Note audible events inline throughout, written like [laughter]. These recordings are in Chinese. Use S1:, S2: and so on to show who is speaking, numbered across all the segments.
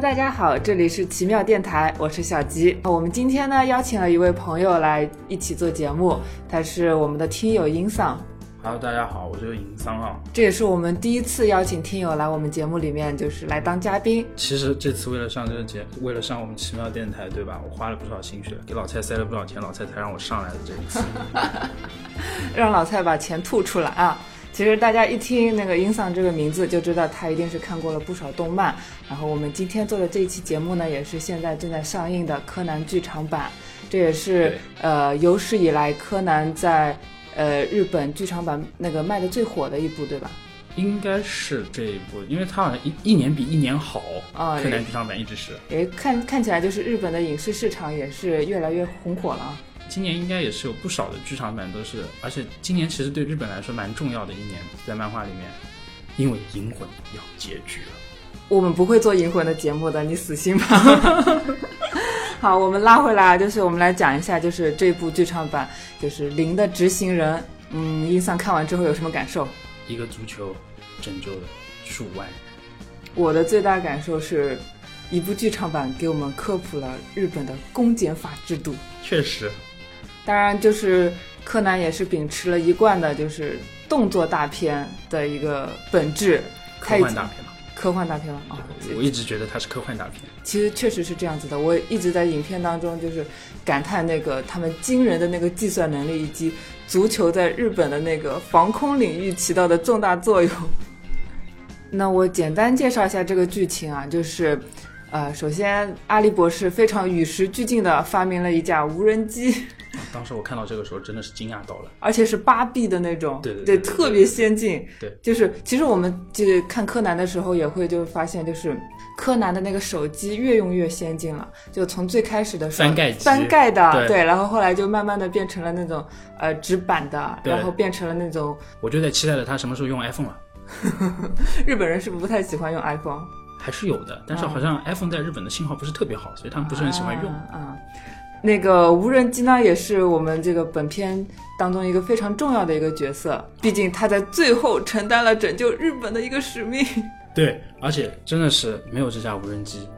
S1: 大家好，这里是奇妙电台，我是小吉。我们今天呢邀请了一位朋友来一起做节目，他是我们的听友音丧。
S2: Hello，大家好，我是银桑啊。
S1: 这也是我们第一次邀请听友来我们节目里面，就是来当嘉宾。
S2: 其实这次为了上这个节，为了上我们奇妙电台，对吧？我花了不少心血，给老蔡塞了不少钱，老蔡才让我上来的这一 [laughs] 次。
S1: 让老蔡把钱吐出来啊！其实大家一听那个音丧这个名字就知道，他一定是看过了不少动漫。然后我们今天做的这一期节目呢，也是现在正在上映的柯南剧场版，这也是
S2: 对
S1: 呃有史以来柯南在呃日本剧场版那个卖的最火的一部，对吧？
S2: 应该是这一部，因为它好像一一年比一年好。
S1: 啊
S2: 柯南剧场版一直是，
S1: 也看看起来就是日本的影视市场也是越来越红火了啊。
S2: 今年应该也是有不少的剧场版都是，而且今年其实对日本来说蛮重要的一年，在漫画里面，因为银魂要结局了。
S1: 我们不会做银魂的节目的，你死心吧。 [laughs] 好，我们拉回来，就是我们来讲一下，就是这部剧场版，就是《零的执行人》。嗯，伊桑看完之后有什么感受？
S2: 一个足球拯救了数万人。
S1: 我的最大感受是，一部剧场版给我们科普了日本的公检法制度。
S2: 确实，
S1: 当然，就是柯南也是秉持了一贯的，就是动作大片的一个本质。
S2: 科
S1: 它已
S2: 幻
S1: 经
S2: 大片嘛，
S1: 科幻大片了啊、
S2: 我一直觉得它是科幻大片。
S1: 其实确实是这样子的，我一直在影片当中就是感叹那个他们惊人的那个计算能力，以及足球在日本的那个防空领域起到的重大作用。 [laughs] 那我简单介绍一下这个剧情啊，就是，呃，首先阿笠博士非常与时俱进的发明了一架无人机，
S2: 当时我看到这个时候真的是惊讶到了，
S1: 而且是八 B 的那种，
S2: 对对对对对
S1: 特别先进。
S2: 对，
S1: 就是其实我们就是看柯南的时候也会就发现，就是柯南的那个手机越用越先进了，就从最开始的时候
S2: 呃翻盖机
S1: 翻盖的，
S2: 对
S1: 然后后来就慢慢的变成了那种呃纸板的，
S2: 对
S1: 然后变成了那种
S2: 我就在期待着它什么时候用 iPhone 啊了。
S1: 日本人是不是不太喜欢用 iPhone？
S2: 还是有的，但是
S1: 嗯
S2: 好像 iPhone 在日本的信号不是特别好，所以他们不是很喜欢用。
S1: 啊。啊那个无人机呢，也是我们这个本片当中一个非常重要的一个角色，毕竟他在最后承担了拯救日本的一个使命。
S2: 对，而且真的是没有这架无人机，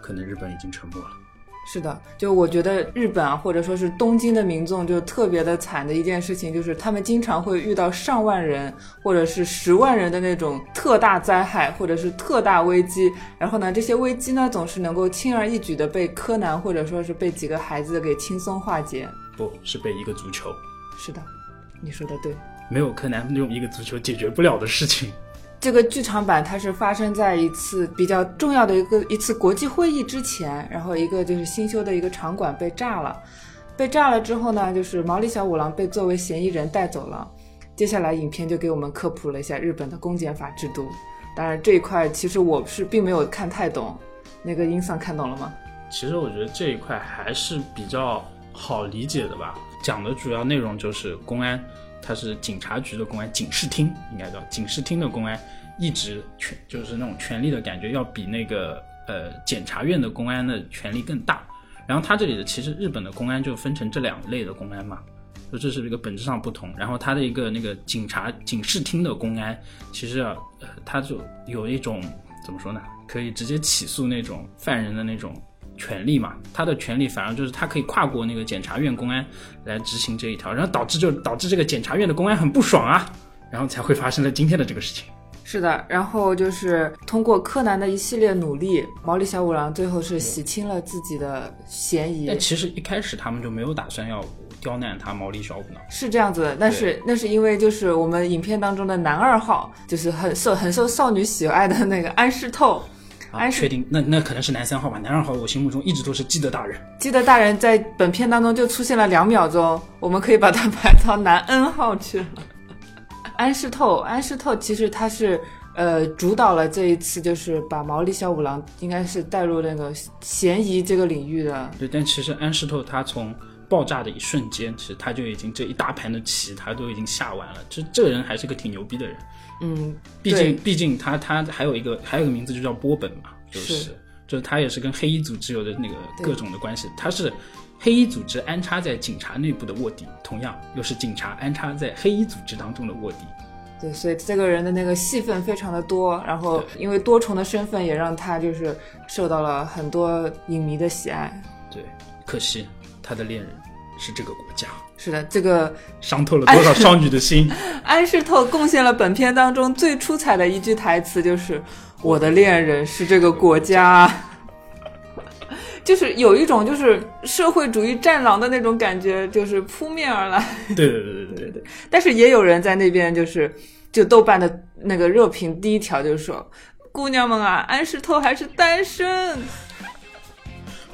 S2: 可能日本已经沉没了。
S1: 是的，就我觉得日本啊，或者说是东京的民众，就特别的惨的一件事情，就是他们经常会遇到上万人或者是十万人的那种特大灾害或者是特大危机，然后呢，这些危机呢总是能够轻而易举的被柯南或者说是被几个孩子给轻松化解。
S2: 不是被一个足球，
S1: 是的，你说的对。
S2: 没有柯南用一个足球解决不了的事情。
S1: 这个剧场版它是发生在一次比较重要的一个一次国际会议之前，然后一个就是新修的一个场馆被炸了，被炸了之后呢，就是毛利小五郎被作为嫌疑人带走了。接下来影片就给我们科普了一下日本的公检法制度，当然这一块其实我是并没有看太懂，那个音丧看懂了吗？
S2: 其实我觉得这一块还是比较好理解的吧。讲的主要内容就是公安，它是警察局的公安，警视厅应该叫警视厅的公安，一直权就是那种权力的感觉要比那个呃检察院的公安的权力更大。然后它这里的其实日本的公安就分成这两类的公安嘛，就这是一个本质上不同。然后它的一个那个警察警视厅的公安，其实啊，呃，它就有一种怎么说呢，可以直接起诉那种犯人的那种权利嘛。他的权利反而就是他可以跨过那个检察院公安来执行这一条，然后导致就导致这个检察院的公安很不爽啊，然后才会发生了今天的这个事情。
S1: 是的，然后就是通过柯南的一系列努力，毛利小五郎最后是洗清了自己的嫌疑。
S2: 但其实一开始他们就没有打算要刁难他毛利小五郎。
S1: 是这样子的，但是那是因为就是我们影片当中的男二号，就是很受很受少女喜爱的那个安室透。
S2: 啊，
S1: 安室
S2: 确定？那那可能是男三号吧，男二号我心目中一直都是记得大人。
S1: 记得大人在本片当中就出现了两秒钟，我们可以把它排到男 N 号去了。安室透，安室透其实他是呃主导了这一次，就是把毛利小五郎应该是带入那个嫌疑这个领域的。
S2: 对，但其实安室透他从爆炸的一瞬间，其实他就已经这一大盘的棋他都已经下完了。这这个人还是个挺牛逼的人，
S1: 嗯，
S2: 毕
S1: 对
S2: 竟毕竟他他还有一个还有一个名字就叫波本嘛，就是
S1: 是
S2: 就是他也是跟黑衣组织有的那个
S1: 对
S2: 各种的关系，他是黑衣组织安插在警察内部的卧底，同样又是警察安插在黑衣组织当中的卧底，
S1: 对，所以这个人的那个戏份非常的多，然后因为多重的身份也让他就是受到了很多影迷的喜爱。
S2: 对，可惜他的恋人是这个国家，
S1: 是的，这个
S2: 伤透了多少少女的心。
S1: [laughs]
S2: [laughs]
S1: 安室透贡献了本片当中最出彩的一句台词，就是“我的恋人是这个国家”，就是有一种就是社会主义战狼的那种感觉，就是扑面而来。
S2: 对对对对对对，
S1: 但是也有人在那边就是，就豆瓣的那个热评第一条就说：“姑娘们啊，安室透还是单身。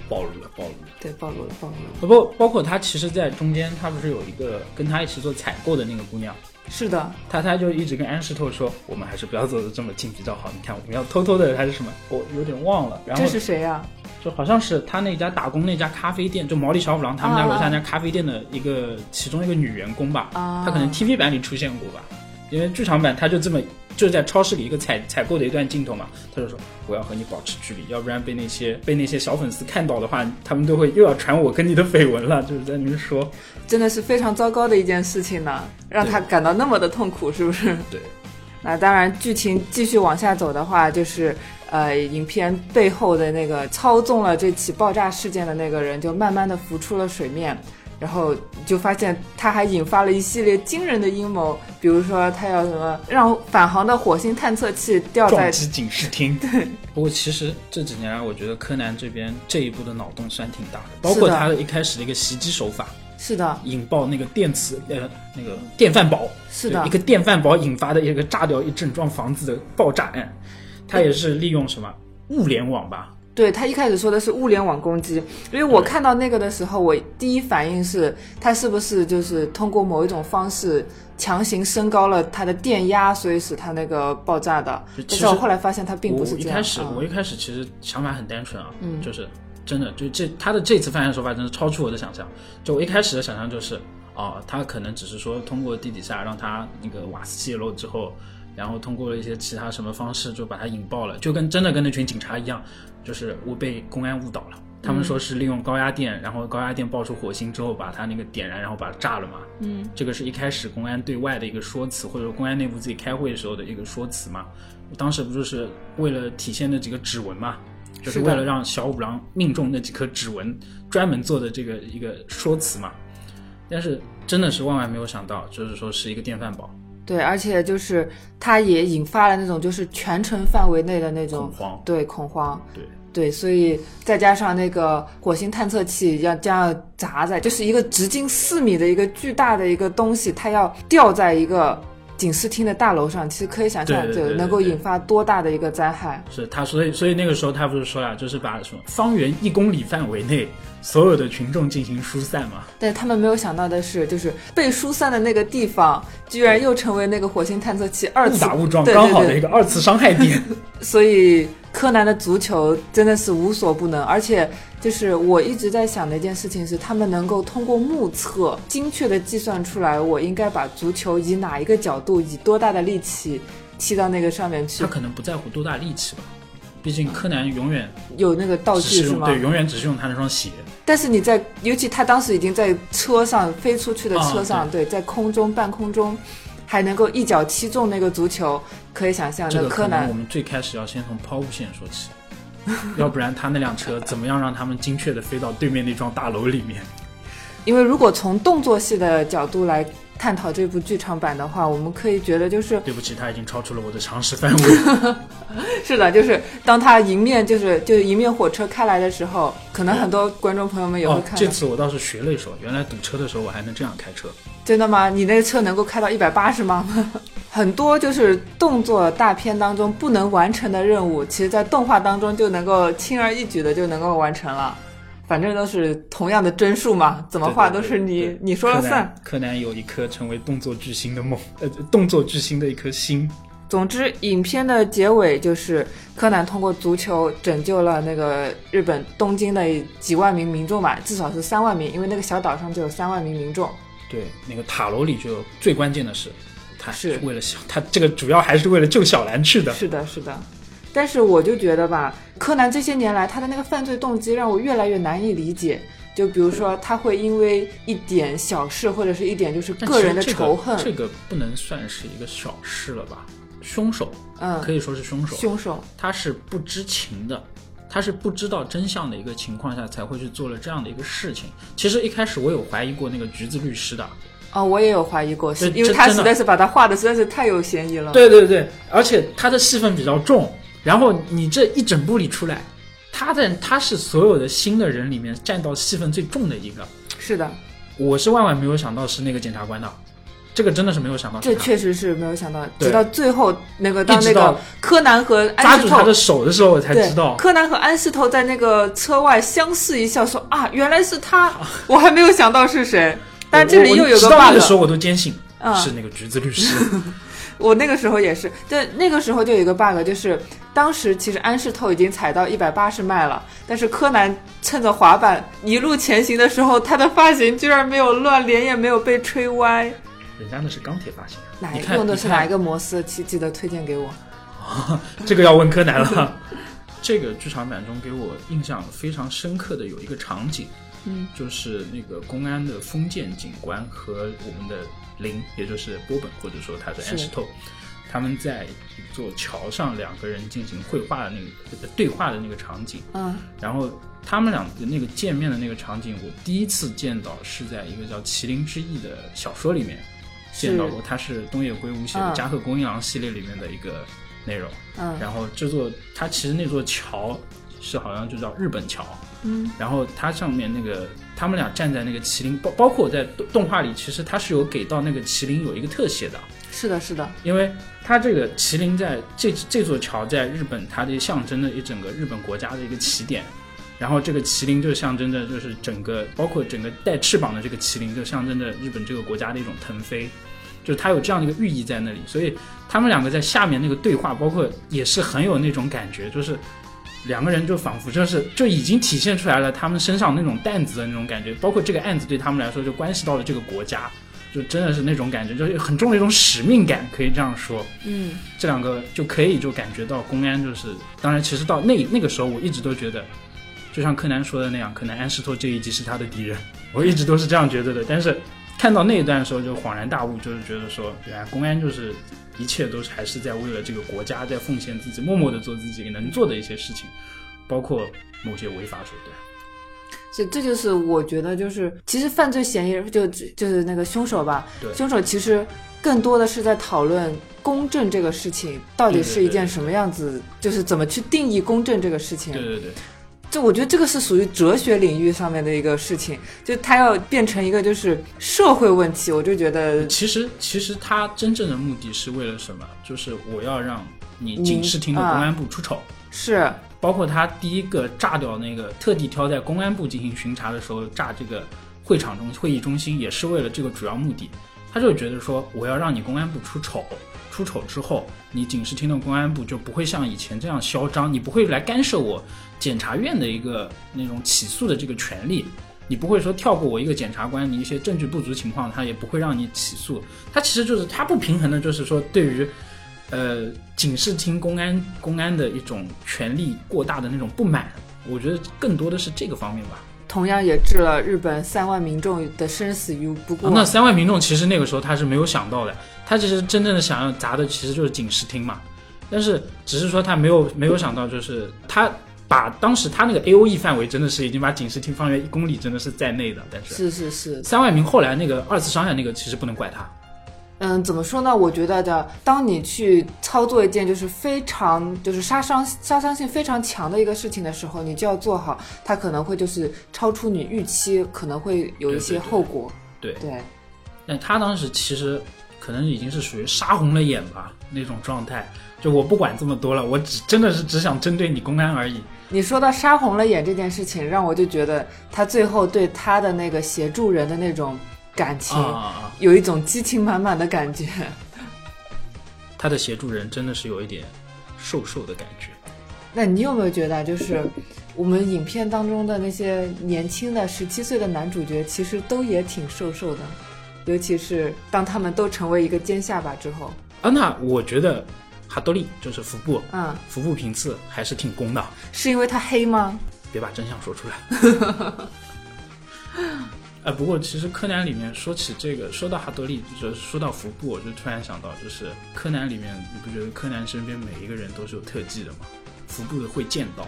S2: 暴露了暴露了。”
S1: 对，暴露了，暴露了。
S2: 包括包括他其实，在中间他不是有一个跟他一起做采购的那个姑娘，
S1: 是的，
S2: 他他就一直跟安室透说，我们还是不要走的这么近比较好。你看，我们要偷偷的还是什么？我有点忘了。然后
S1: 这是谁呀、啊
S2: 就好像是他那家打工那家咖啡店，就毛利小五郎他们家
S1: 啊
S2: 楼下那家咖啡店的一个其中一个女员工吧，
S1: 啊
S2: 她可能 TV 版里出现过吧，因为剧场版他就这么就在超市里一个采采购的一段镜头嘛，他就说我要和你保持距离，要不然被那些被那些小粉丝看到的话，他们都会又要传我跟你的绯闻了，就是在那边说，
S1: 真的是非常糟糕的一件事情呢，让他感到那么的痛苦，是不是？ [laughs]
S2: 对，
S1: 那当然，剧情继续往下走的话，就是呃，影片背后的那个操纵了这起爆炸事件的那个人，就慢慢的浮出了水面。然后就发现他还引发了一系列惊人的阴谋，比如说他要什么让返航的火星探测器掉
S2: 撞
S1: 在
S2: 击警视厅。不过其实这几年来，啊我觉得柯南这边这一部的脑洞算挺大的，包括
S1: 是的
S2: 他的一开始的一个袭击手法，
S1: 是的，
S2: 引爆那个电磁呃那个电饭煲，
S1: 是的
S2: 对一个电饭煲引发的一个炸掉一整幢房子的爆炸案，它也是利用什么物联网吧？
S1: 对他一开始说的是物联网攻击，因为我看到那个的时候，我第一反应是他是不是就是通过某一种方式强行升高了它的电压，所以使它那个爆炸的。
S2: 其
S1: 但
S2: 实
S1: 是我后来发现它并不
S2: 我
S1: 是
S2: 一
S1: 这样。
S2: 开始、
S1: 嗯
S2: 我一开始其实想法很单纯啊，嗯，就是真的就这他的这次犯案手法真是超出我的想象，就我一开始的想象就是。哦，他可能只是说通过地底下让他那个瓦斯泄漏之后，然后通过了一些其他什么方式就把它引爆了，就跟真的跟那群警察一样，就是我被公安误导了。他
S1: 嗯
S2: 们说是利用高压电，然后高压电爆出火星之后，把它那个点燃，然后把它炸了嘛。嗯，这个是一开始公安对外的一个说辞，或者公安内部自己开会的时候的一个说辞嘛。当时不就是为了体现那几个指纹嘛，就
S1: 是
S2: 是为
S1: 的
S2: 了让小五郎命中那几颗指纹，专门做的这个一个说辞嘛。但是真的是万万没有想到，就是说是一个电饭煲，
S1: 对，而且就是它也引发了那种就是全城范围内的那种
S2: 恐慌。
S1: 对恐慌。
S2: 对
S1: 对，所以再加上那个火星探测器要这样砸在，就是一个直径四米的一个巨大的一个东西，它要掉在一个警视厅的大楼上，其实可以想象，
S2: 对对
S1: 就
S2: 对对
S1: 能够
S2: 对
S1: 引发多大的一个灾害。
S2: 是他，所以所以那个时候他不是说了，就是把什么方圆一公里范围内所有的群众进行疏散嘛？
S1: 但是他们没有想到的是，就是被疏散的那个地方，居然又成为那个火星探测器二
S2: 误
S1: 次
S2: 打误撞，
S1: 对
S2: 刚好
S1: 对
S2: 的
S1: 对
S2: 一个二次伤害
S1: [laughs]
S2: 点。
S1: 所以柯南的足球真的是无所不能，而且就是我一直在想的一件事情是，他们能够通过目测精确的计算出来，我应该把足球以哪一个角度，以多大的力气踢到那个上面去
S2: 他，可能不在乎多大力气吧，毕竟柯南永远
S1: 有那个道具
S2: 只是
S1: 是
S2: 用
S1: 吗？
S2: 对，永远只是用他那双鞋。
S1: 但是你在，尤其他当时已经在车上飞出去的车上，
S2: 啊
S1: 对在空中半空中，还能够一脚踢中那个足球，可以想象，
S2: 这
S1: 啊那
S2: 个
S1: 柯
S2: 可能
S1: 南
S2: 我们最开始要先从抛物线说起，要不然他那辆车怎么样让他们精确的飞到对面那幢大楼里面？
S1: 因为如果从动作戏的角度来探讨这部剧场版的话，我们可以觉得就是 [laughs]
S2: 对不起，他已经超出了我的常识范围。
S1: 是的，就是当他迎面就是就是迎面火车开来的时候，可能很多观众朋友们 [laughs] 也会
S2: 哦，
S1: 看
S2: 这
S1: 到，
S2: 次我倒是学了一手，原来堵车的时候我还能这样开车。
S1: 真的吗？你那个车能够开到一百八十吗？ [laughs] 很多就是动作大片当中不能完成的任务，其实在动画当中就能够轻而易举的就能够完成了。反正都是同样的帧数嘛，怎么画
S2: 对
S1: 都
S2: 对
S1: 是
S2: 对
S1: 你
S2: 对
S1: 你说了
S2: 柯
S1: 算。
S2: 南柯南有一颗成为动作巨星的梦，呃，动作巨星的一颗心。
S1: 总之，影片的结尾就是柯南通过足球拯救了那个日本东京的几万名民众吧，至少是三万名，因为那个小岛上就有三万名民众。
S2: 对，那个塔楼里就有最关键的是，他
S1: 是
S2: 为了小，他这个主要还是为了救小兰去的。
S1: 是的，是的。但是我就觉得吧，柯南这些年来他的那个犯罪动机让我越来越难以理解。就比如说，他会因为一点小事或者是一点就是
S2: 但
S1: 个人的
S2: 其实这个
S1: 仇恨，
S2: 这个不能算是一个小事了吧？凶手
S1: 嗯，
S2: 可以说是凶手，
S1: 凶手，
S2: 他是不知情的，他是不知道真相的一个情况下才会去做了这样的一个事情。其实一开始我有怀疑过那个橘子律师的，
S1: 哦，我也有怀疑过，是
S2: 对
S1: 因为
S2: 真
S1: 他
S2: 真
S1: 实
S2: 的
S1: 在是把他画的实在是太有嫌疑了。
S2: 对对对，而且他的戏份比较重，然后你这一整部里出来，他在他是所有的新的人里面占到戏份最重的一个。
S1: 是的，
S2: 我是万万没有想到是那个检察官的，这个真的是没有想到是
S1: 这
S2: 他。
S1: 确实是没有想到，
S2: 对
S1: 直到最后那个当
S2: 一直
S1: 那
S2: 到
S1: 个柯南和
S2: 抓
S1: 安室
S2: 住他
S1: 透
S2: 的手的时候，我才
S1: 对
S2: 知道，
S1: 柯南和安室透在那个车外相视一笑说，啊，原来是他，我还没有想到是谁。
S2: [laughs]
S1: 但这里
S2: 我
S1: 又有
S2: 直
S1: 个
S2: 到那
S1: bug，
S2: 个时候我都坚信
S1: 嗯
S2: 是那个橘子律师。
S1: 我那个时候也是，对，那个时候就有一个 bug，就是当时其实安室透已经踩到一百八十迈了，但是柯南趁着滑板一路前行的时候，他的发型居然没有乱，脸也没有被吹歪。
S2: 人家那是钢铁发型，啊
S1: 哪
S2: 你
S1: 一
S2: 看
S1: 用的是哪一
S2: 个？
S1: 个摩斯？记记得推荐给我。
S2: 这个要问柯南了。这个剧场版中给我印象非常深刻的有一个场景，
S1: 嗯，
S2: 就是那个公安的封建警官和我们的林，也就是波本，或者说他是安室透，他们在一座桥上两个人进行绘画的那个呃对话的那个场景，
S1: 嗯
S2: 然后他们俩的那个见面的那个场景，我第一次见到是在一个叫《麒麟之翼》的小说里面见到过，它是东野圭吾写的
S1: 嗯
S2: 《加贺恭一郎》系列里面的一个内容。
S1: 嗯
S2: 然后这座它其实那座桥是好像就叫日本桥，
S1: 嗯，
S2: 然后它上面那个他们俩站在那个麒麟，包包括在动动画里，其实它是有给到那个麒麟有一个特写的，
S1: 是的，是的，
S2: 因为它这个麒麟在这这座桥在日本，它的象征着一整个日本国家的一个起点。然后这个麒麟就象征着，就是整个包括整个带翅膀的这个麒麟，就象征着日本这个国家的一种腾飞，就是它有这样的一个寓意在那里。所以他们两个在下面那个对话，包括也是很有那种感觉，就是两个人就仿佛就是就已经体现出来了他们身上那种担子的那种感觉，包括这个案子对他们来说就关系到了这个国家，就真的是那种感觉，就是很重的一种使命感，可以这样说。
S1: 嗯，
S2: 这两个就可以就感觉到公安就是，当然其实到那那个时候，我一直都觉得，就像柯南说的那样，可能安室透这一集是他的敌人， [laughs] 我一直都是这样觉得的。但是看到那一段的时候，就恍然大悟，就是觉得说，原来公安就是一切都是还是在为了这个国家在奉献自己，默默的做自己能做的一些事情，包括某些违法手段。
S1: 这这就是我觉得就是，其实犯罪嫌疑人就就是那个凶手吧，
S2: 对
S1: 凶手其实更多的是在讨论公正这个事情到底是一件什么样子，就是怎么去定义公正这个事情。
S2: 对对对，
S1: 这我觉得这个是属于哲学领域上面的一个事情，就它要变成一个就是社会问题，我就觉得
S2: 其实其实他真正的目的是为了什么？就是我要让你
S1: 你
S2: 警视厅的
S1: 啊
S2: 公安部出丑。
S1: 是
S2: 包括他第一个炸掉那个，特地挑在公安部进行巡查的时候炸这个会场中会议中心，也是为了这个主要目的。他就觉得说，我要让你公安部出丑，出丑之后，你警视厅的公安部就不会像以前这样嚣张，你不会来干涉我检察院的一个那种起诉的这个权利，你不会说跳过我一个检察官，你一些证据不足情况，他也不会让你起诉。他其实就是他不平衡的，就是说对于呃警视厅公安公安的一种权力过大的那种不满，我觉得更多的是这个方面吧。
S1: 同样也置了日本三万民众的生死于不顾。
S2: 啊那三万民众其实那个时候他是没有想到的，他其实真正的想要砸的其实就是警视厅嘛，但是只是说他没有没有想到，就是他把当时他那个 A O E 范围真的是已经把警视厅方圆一公里真的是在内的，但是
S1: 是是是，
S2: 三万名后来那个二次伤害那个其实不能怪他，
S1: 嗯，怎么说呢？我觉得的，当你去操作一件就是非常就是杀伤杀伤性非常强的一个事情的时候，你就要做好，它可能会就是超出你预期，可能会有一些
S2: 对对对
S1: 后果。
S2: 对
S1: 对
S2: 但他当时其实可能已经是属于杀红了眼吧那种状态，就我不管这么多了，我只真的是只想针对你公安而已。
S1: 你说到杀红了眼这件事情，让我就觉得他最后对他的那个协助人的那种感情，
S2: 啊啊啊！
S1: 有一种激情满满的感觉。
S2: 他的协助人真的是有一点瘦瘦的感觉。
S1: 那你有没有觉得啊，就是我们影片当中的那些年轻的十七岁的男主角，其实都也挺瘦瘦的，尤其是当他们都成为一个尖下巴之后，
S2: 啊，那我觉得哈多利就是服部，
S1: 嗯，
S2: 服部平次还是挺攻的，
S1: 是因为他黑吗？
S2: 别把真相说出来。哎，不过其实柯南里面说起这个，说到哈多利，就是说到服部，我就突然想到，就是柯南里面，你不觉得柯南身边每一个人都是有特技的吗？服部的会剑道，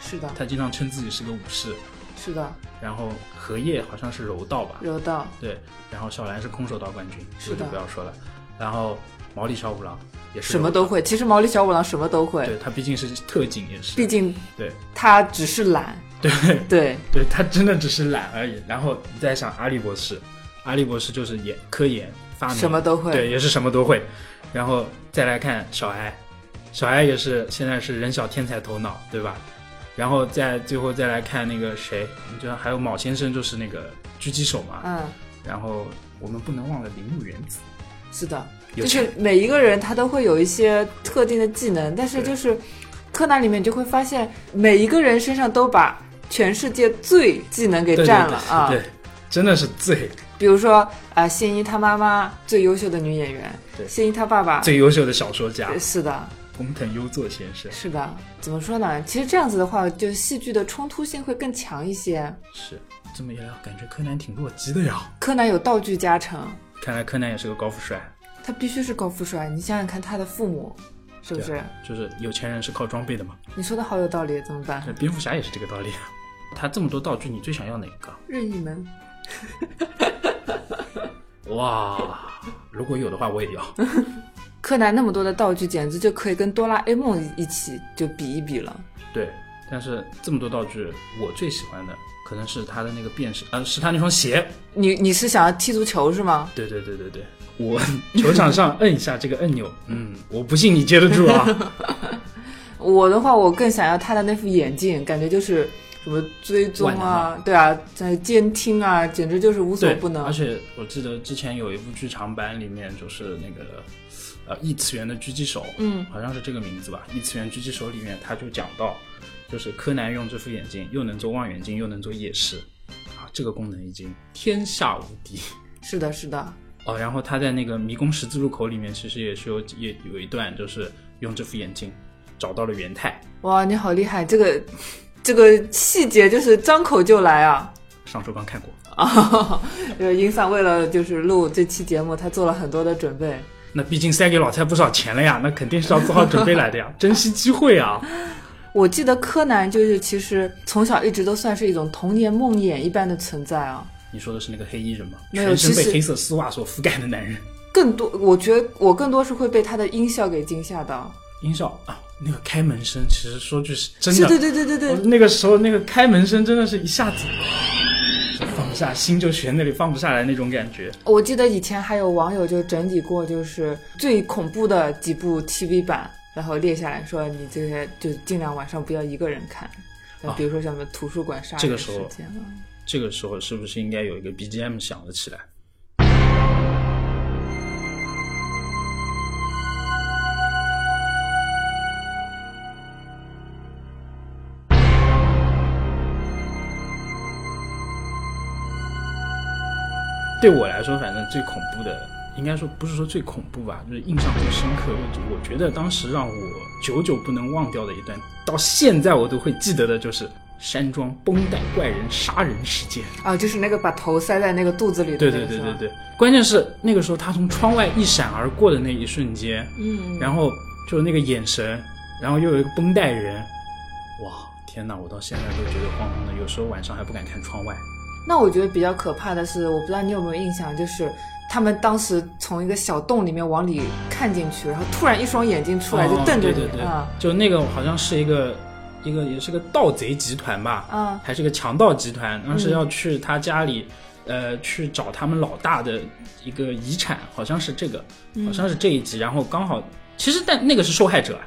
S1: 是的，
S2: 他经常称自己是个武士，
S1: 是的，
S2: 然后荷叶好像是柔道吧，
S1: 柔道
S2: 对，然后小兰是空手道冠军，
S1: 是
S2: 这个就
S1: 的
S2: 不要说了，然后毛利小五郎也是
S1: 什么
S2: 柔
S1: 都
S2: 道，
S1: 会。其实毛利小五郎什么都会，
S2: 对他毕竟是特警也是，
S1: 毕竟
S2: 对
S1: 他只是懒。
S2: 对
S1: 对，
S2: 对，他真的只是懒而已。然后你再想阿笠博士，阿笠博士就是研科研发明
S1: 什么都会。
S2: 对，也是什么都会。然后再来看小艾，小艾也是现在是人小天才头脑，对吧？然后再最后再来看那个谁，你知道还有卯先生就是那个狙击手嘛。
S1: 嗯，
S2: 然后我们不能忘了铃木原子，
S1: 是的，
S2: 有
S1: 就是每一个人他都会有一些特定的技能，但是
S2: 对
S1: 就是柯南里面你就会发现，每一个人身上都把全世界最技能给
S2: 对对
S1: 占
S2: 对
S1: 了啊。
S2: 对，真的是最
S1: 比如说啊、新一他妈妈最优秀的女演员，
S2: 对
S1: 新一他爸爸，
S2: 最优秀的小说家
S1: 啊对是的，
S2: 工藤优作先生
S1: 是的。怎么说呢？其实这样子的话，就戏剧的冲突性会更强一些。
S2: 是。这么一聊，感觉柯南挺弱鸡的呀。
S1: 柯南有道具加成，
S2: 看来柯南也是个高富帅，
S1: 他必须是高富帅。你想想看，他的父母是不
S2: 对
S1: 是？
S2: 就是有钱人是靠装备的嘛。
S1: 你说的好有道理，怎么办？
S2: 对蝙蝠侠也是这个道理。他这么多道具，你最想要哪个？
S1: 任意门。
S2: 哇，如果有的话我也要。
S1: 柯南那么多的道具，简直就可以跟哆啦 A 梦一起就比一比了。
S2: 对，但是这么多道具，我最喜欢的可能是他的那个变身，呃，是他那双鞋。
S1: 你你是想要踢足球是吗？
S2: 对对对对对，我 [laughs] 球场上摁一下这个按钮，嗯，我不信你接得住啊。
S1: 我的话，我更想要他的那副眼镜，感觉就是什么追踪
S2: 万
S1: 啊，对啊，在监听啊，简直就是无所
S2: 对
S1: 不，能
S2: 而。且我记得之前有一部剧场版里面，就是那个呃异次元的狙击手，
S1: 嗯，
S2: 好像是这个名字吧，《异次元狙击手》里面他就讲到，就是柯南用这副眼镜又能做望远镜，又能做夜视，啊，这个功能已经天下无敌。
S1: 是的，是的，
S2: 哦，然后他在那个迷宫十字路口里面，其实也是有也有一段，就是用这副眼镜找到了元太。
S1: 哇，你好厉害！这个 [laughs] 这个细节就是张口就来啊。 [laughs]
S2: 上周刚看过，
S1: 啊，呃，英桑为了就是录这期节目，他做了很多的准备。
S2: 那毕竟塞给老蔡不少钱了呀，那肯定是要做好准备来的
S1: [laughs]
S2: 呀，珍惜机会啊。
S1: 我记得柯南就是其实从小一直都算是一种童年梦魇一般的存在啊。
S2: 你说的是那个黑衣人吗？
S1: 没有
S2: 全身
S1: 其实
S2: 被黑色丝袜所覆盖的男人。
S1: 更多，我觉得我更多是会被他的音效给惊吓到。
S2: 音效啊，那个开门声，其实说句是真
S1: 是，
S2: 的，
S1: 对对对对
S2: 我
S1: 对，
S2: 那个时候那个开门声真的是一下子就放不下，心就悬那里放不下来那种感觉。
S1: 我记得以前还有网友就整理过，就是最恐怖的几部 TV 版，然后列下来说你这些就尽量晚上不要一个人看。
S2: 啊
S1: 比如说像什么图书馆杀
S2: 这个
S1: 人
S2: 时
S1: 事
S2: 候
S1: 件啊，
S2: 这个时候是不是应该有一个 BGM 响了起来？对我来说，反正最恐怖的，应该说不是说最恐怖吧，就是印象最深刻，就是我觉得当时让我久久不能忘掉的一段，到现在我都会记得的，就是山庄绷带怪人杀人事件。
S1: 啊，就是那个把头塞在那个肚子里的
S2: 对
S1: 那
S2: 对
S1: 个
S2: 对
S1: 是吧
S2: 对对，关键是那个时候他从窗外一闪而过的那一瞬间，
S1: 嗯，
S2: 然后就是那个眼神，然后又有一个绷带人，哇，天哪！我到现在都觉得慌慌的，有时候晚上还不敢看窗外。
S1: 那我觉得比较可怕的是，我不知道你有没有印象，就是他们当时从一个小洞里面往里看进去，然后突然一双眼睛出来就
S2: 哦
S1: 瞪着
S2: 对
S1: 你
S2: 对对
S1: 啊
S2: 就那个好像是一个一个也是个盗贼集团吧，
S1: 啊！
S2: 还是个强盗集
S1: 嗯
S2: 团，当时要去他家里，呃，去找他们老大的一个遗产，好像是这个，
S1: 嗯
S2: 好像是这一集，然后刚好，其实但那个是受害者啊，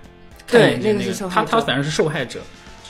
S1: 对
S2: 看眼睛
S1: 那
S2: 那
S1: 个是受害
S2: 他
S1: 者
S2: 他反正是受害者，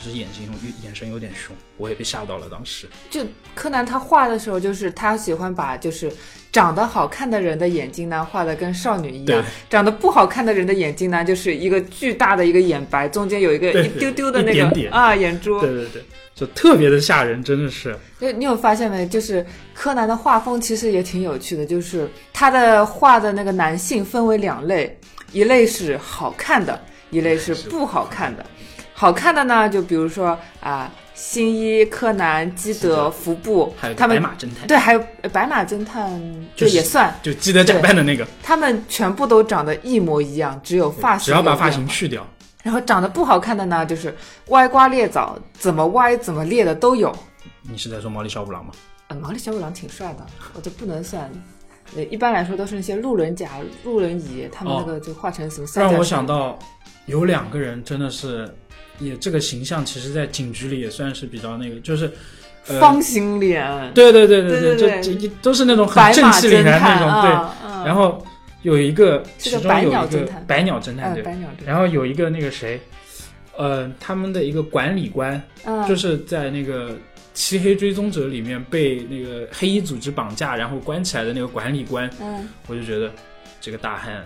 S2: 只是眼睛有眼神有点凶，我也被吓到了，当时
S1: 就柯南他画的时候，就是他喜欢把就是长得好看的人的眼睛呢画的跟少女一样
S2: 对，
S1: 长得不好看的人的眼睛呢就是一个巨大的一个眼白，中间有一个
S2: 对
S1: 一丢丢的那个
S2: 一点点
S1: 啊眼珠。
S2: 对对对，就特别的吓人，真的是，
S1: 就你有发现没？就是柯南的画风其实也挺有趣的，就是他的画的那个男性分为两类，一类是好看的，一类是不好看的。好看的呢，就比如说啊、新一、柯南、基
S2: 是的
S1: 德、服部
S2: 还有，
S1: 他
S2: 白
S1: 们
S2: 马侦探，
S1: 对，还有呃白马侦探，
S2: 就
S1: 就是也算，
S2: 就基德假扮的那个，
S1: 他们全部都长得一模一样，只有发型
S2: 只要把
S1: 有
S2: 发
S1: 变
S2: 型
S1: 化
S2: 去掉，
S1: 然后长得不好看的呢，就是歪瓜裂枣，怎么歪怎么裂的都有。
S2: 你是在说毛利小五郎吗？
S1: 呃，毛利小五郎挺帅的，我就不能算。呃，一般来说都是那些路人甲、路人乙，他们
S2: 哦
S1: 那个就画成什么三角
S2: 让
S1: 形。
S2: 我想到有两个人真的是，也这个形象其实，在警局里也算是比较那个，就是、呃、
S1: 方形脸，
S2: 对对对对
S1: 对对
S2: 就就都是那种很
S1: 白
S2: 正
S1: 马
S2: 气凛
S1: 侦
S2: 然那
S1: 探
S2: 种，
S1: 啊，
S2: 对。
S1: 嗯
S2: 然后有一个，
S1: 是
S2: 其
S1: 个
S2: 中
S1: 百
S2: 有
S1: 鸟
S2: 一个
S1: 侦探
S2: 百鸟侦探
S1: 嗯，
S2: 对，
S1: 白鸟侦探，
S2: 然后有一个那个谁，呃，他们的一个管理官，
S1: 嗯，
S2: 就是在那个。漆黑追踪者里面被那个黑衣组织绑架，然后关起来的那个管理官，
S1: 嗯，
S2: 我就觉得这个大汉，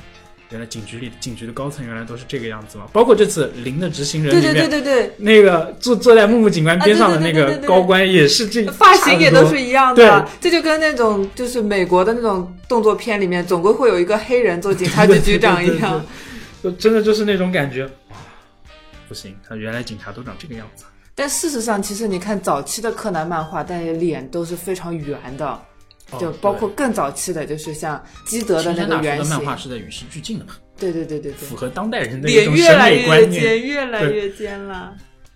S2: 原来警局里警局的高层原来都是这个样子嘛。包括这次零的执行人
S1: 对
S2: 里面，
S1: 对对对对，
S2: 那个坐坐在木木警官边上的那
S1: 啊对对
S2: 个
S1: 对对对对
S2: 高官也是这
S1: [laughs] 发型也都是一样
S2: 差不
S1: 的，这就跟那种就是美国的那种动作片里面，总归会有一个黑人做警察局局长一样。，
S2: 就真的就是那种感觉。哇不行，他原来警察都长这个样子。
S1: 但事实上，其实你看早期的柯南漫画，大家脸都是非常圆的，
S2: 哦
S1: 就包括
S2: 对
S1: 更早期的，就是像基德的
S2: 青
S1: 那
S2: 山大
S1: 个
S2: 叔
S1: 原
S2: 的漫
S1: 型，
S2: 画是在与时俱进的嘛，
S1: 对对对对对
S2: 符。合当代人的一
S1: 脸
S2: 种
S1: 越
S2: 审
S1: 来
S2: 美
S1: 越
S2: 观念。
S1: 尖，越来越尖了。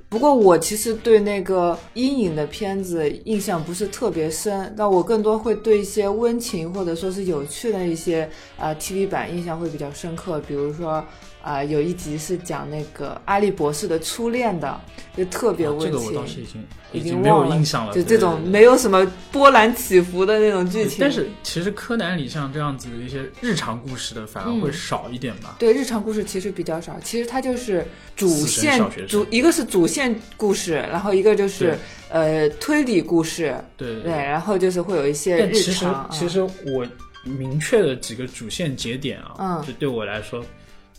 S1: 不过我其实对那个阴影的片子印象不是特别深，那我更多会对一些温情或者说是有趣的一些呃 TV 版印象会比较深刻。比如说啊、呃有一集是讲那个阿笠博士的初恋的，就特别
S2: 啊这
S1: 温
S2: 个我
S1: 情，
S2: 倒是已经
S1: 已
S2: 已
S1: 经
S2: 没有
S1: 忘了
S2: 印象了，
S1: 就
S2: 对
S1: 这
S2: 对
S1: 种
S2: 对
S1: 没有什么波澜起伏的那种剧情。
S2: 但是其实柯南里像这样子的一些日常故事的反而
S1: 嗯
S2: 会少一点吧。
S1: 对日常故事其实比较少，其实它就是主
S2: 死神
S1: 线
S2: 小学生
S1: 主一个是主线故事，然后一个就是
S2: 对
S1: 呃推理故事，
S2: 对对
S1: 对，然后就是会有一些
S2: 但
S1: 日
S2: 其实
S1: 常。啊
S2: 其实我明确的几个主线节点啊，
S1: 嗯
S2: 就对我来说，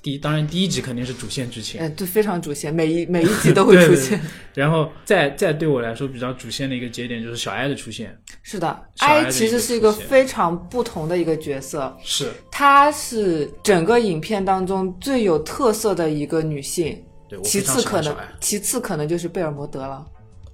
S2: 第一当然第一集肯定是主线剧情，
S1: 嗯，呃对，非常主线，每一每一
S2: [laughs]
S1: 集都会
S2: 对
S1: 出
S2: 对
S1: 现。
S2: 然后再再对我来说比较主线的一个节点就是小爱的出现，
S1: 是的，
S2: 小爱的一
S1: 艾
S2: 个
S1: 其实是一个
S2: 出现
S1: 非常不同的一个角色，
S2: 是
S1: 她是整个影片当中最有特色的一个女性，
S2: 对我
S1: 其
S2: 非常
S1: 次
S2: 喜
S1: 可
S2: 欢
S1: 能
S2: 小爱
S1: 其次可能就是贝尔摩德了。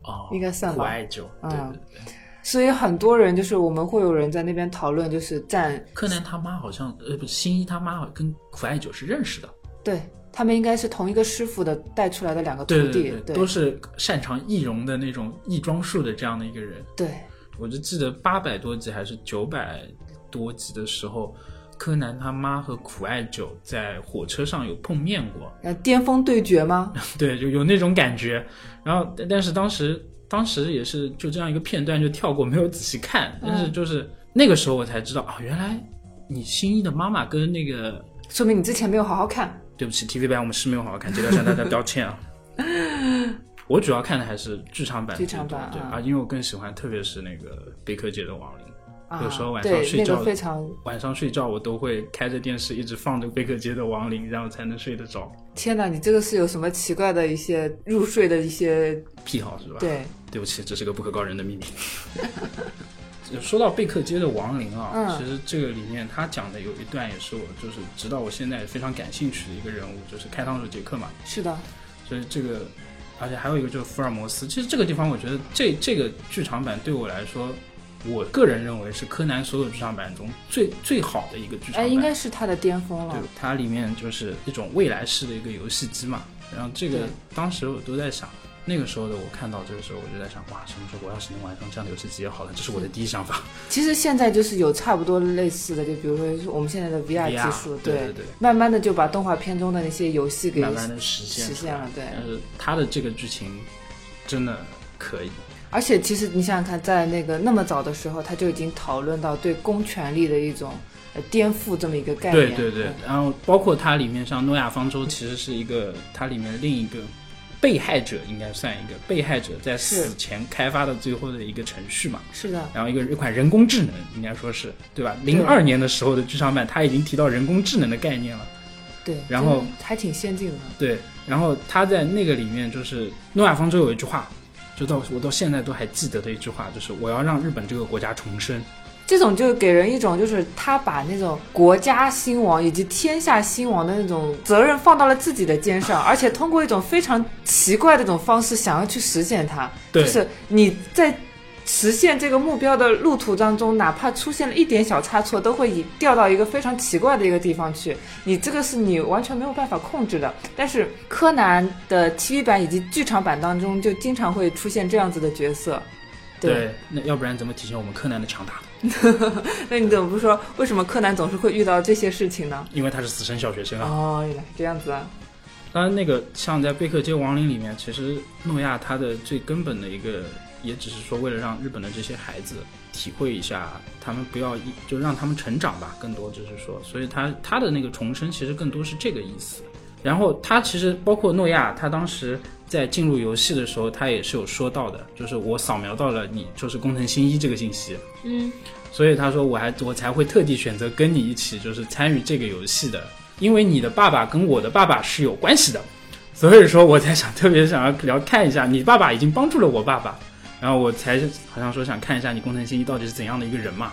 S2: 哦，
S1: 应该算吧
S2: 可爱就对对
S1: 嗯
S2: 对。
S1: 所以很多人就是我们会有人在那边讨论，就是站
S2: 柯南他妈好像，呃，不，新一他妈好像跟苦艾九是认识的，
S1: 对他们应该是同一个师傅的带出来的两个徒
S2: 对
S1: 弟，
S2: 对，都是擅长易容的那种易装术的这样的一个人。
S1: 对
S2: 我就记得八百多集还是九百多集的时候，柯南他妈和苦艾九在火车上有碰面过， [laughs]
S1: 呃巅峰对决吗？
S2: 对，就有那种感觉。然后，但但是当时当时也是就这样一个片段就跳过，没有仔细看。
S1: 嗯
S2: 但是就是、那个时候我才知道啊，原来你新一的妈妈跟那个
S1: 说明你之前没有好好看。
S2: 对不起 TV 版我们是没有好好看，这条向大家道
S1: [laughs]
S2: 歉啊。我主要看的还是剧场版居
S1: 剧
S2: 多，
S1: 场版
S2: 对
S1: 啊
S2: 啊，因为我更喜欢，特别是那个贝克街的亡灵。
S1: 啊、
S2: 有时候晚上
S1: 对
S2: 睡觉
S1: 那个非常
S2: 晚上睡觉我都会开着电视一直放着贝克街的亡灵，然后才能睡得着。
S1: 天哪，你这个是有什么奇怪的一些入睡的一些
S2: 癖好是吧？，
S1: 对，
S2: 对不起，这是个不可告人
S1: [laughs]
S2: 的秘密。说到贝克街的亡灵啊，
S1: 嗯
S2: 其实这个里面他讲的有一段也是我就是直到我现在非常感兴趣的一个人物，就是开膛手杰克嘛。
S1: 是的，
S2: 所以这个，而且还有一个就是福尔摩斯。其实这个地方我觉得这这个剧场版对我来说，我个人认为是柯南所有剧场版中最最好的一个剧场
S1: 哎，
S2: 版。
S1: 应该是他的巅峰了
S2: 对。，它里面就是一种未来式的一个游戏机嘛。然后这个
S1: 对
S2: 当时我都在想，那个时候的我看到这个时候，我就在想，哇，什么时候我要是能玩上这样的游戏机也好了，这是我的第一想法。
S1: 其实现在就是有差不多类似的，就比如说我们现在的 VR 技
S2: VR [laughs]
S1: 术，
S2: 对对对
S1: 慢慢的就把动画片中的那些游戏给
S2: 慢慢的实现
S1: 实
S2: 出来
S1: 现了对
S2: 但是它的这个剧情真的可以，
S1: 而且其实你想想看，在那个那么早的时候，他就已经讨论到对公权力的一种呃颠覆这么一个概念。
S2: 对对对
S1: 嗯，
S2: 然后包括它里面像诺亚方舟，其实是一个它里面另一个被害者，应该算一个被害者在死
S1: 是
S2: 前开发的最后的一个程序嘛。
S1: 是的，
S2: 然后一个一款人工智能，应该说是对吧？零二年的时候的剧场版，它已经提到人工智能的概念了。
S1: 对。
S2: 然后
S1: 真的还挺先进的，
S2: 对，然后他在那个里面就是诺亚方舟有一句话，就到我到现在都还记得的一句话，就是我要让日本这个国家重生。
S1: 这种就给人一种就是他把那种国家兴亡以及天下兴亡的那种责任放到了自己的肩上，而且通过一种非常奇怪的一种方式想要去实现它，
S2: 对
S1: 就是你在。实现这个目标的路途当中，哪怕出现了一点小差错，都会以掉到一个非常奇怪的一个地方去。你这个是你完全没有办法控制的。但是柯南的 TV 版以及剧场版当中，就经常会出现这样子的角色。对，
S2: 对，那要不然怎么体现我们柯南的强大？
S1: 那你怎么不说为什么柯南总是会遇到这些事情呢？
S2: 因为他是私生小学生啊。
S1: 哦，原来是这样子啊。
S2: 当然，那个像在《贝克街亡灵》里面，其实诺亚他的最根本的一个，也只是说为了让日本的这些孩子体会一下，他们不要一就让他们成长吧，更多就是说，所以他他的那个重生其实更多是这个意思。然后他其实包括诺亚，他当时在进入游戏的时候，他也是有说到的，就是我扫描到了你就是工藤新一这个信息，
S1: 嗯，
S2: 所以他说我还我才会特地选择跟你一起，就是参与这个游戏的，因为你的爸爸跟我的爸爸是有关系的，所以说我才想特别想要聊看一下，你爸爸已经帮助了我爸爸，然后我才好像说想看一下你工藤新一到底是怎样的一个人嘛，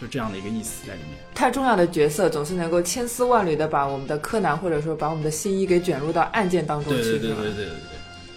S2: 就这样的一个意思在里面。
S1: 太重要的角色总是能够千丝万缕的把我们的柯南或者说把我们的新一给卷入到案件当中
S2: 对
S1: 去。
S2: 对对对
S1: 是吧
S2: 对对对，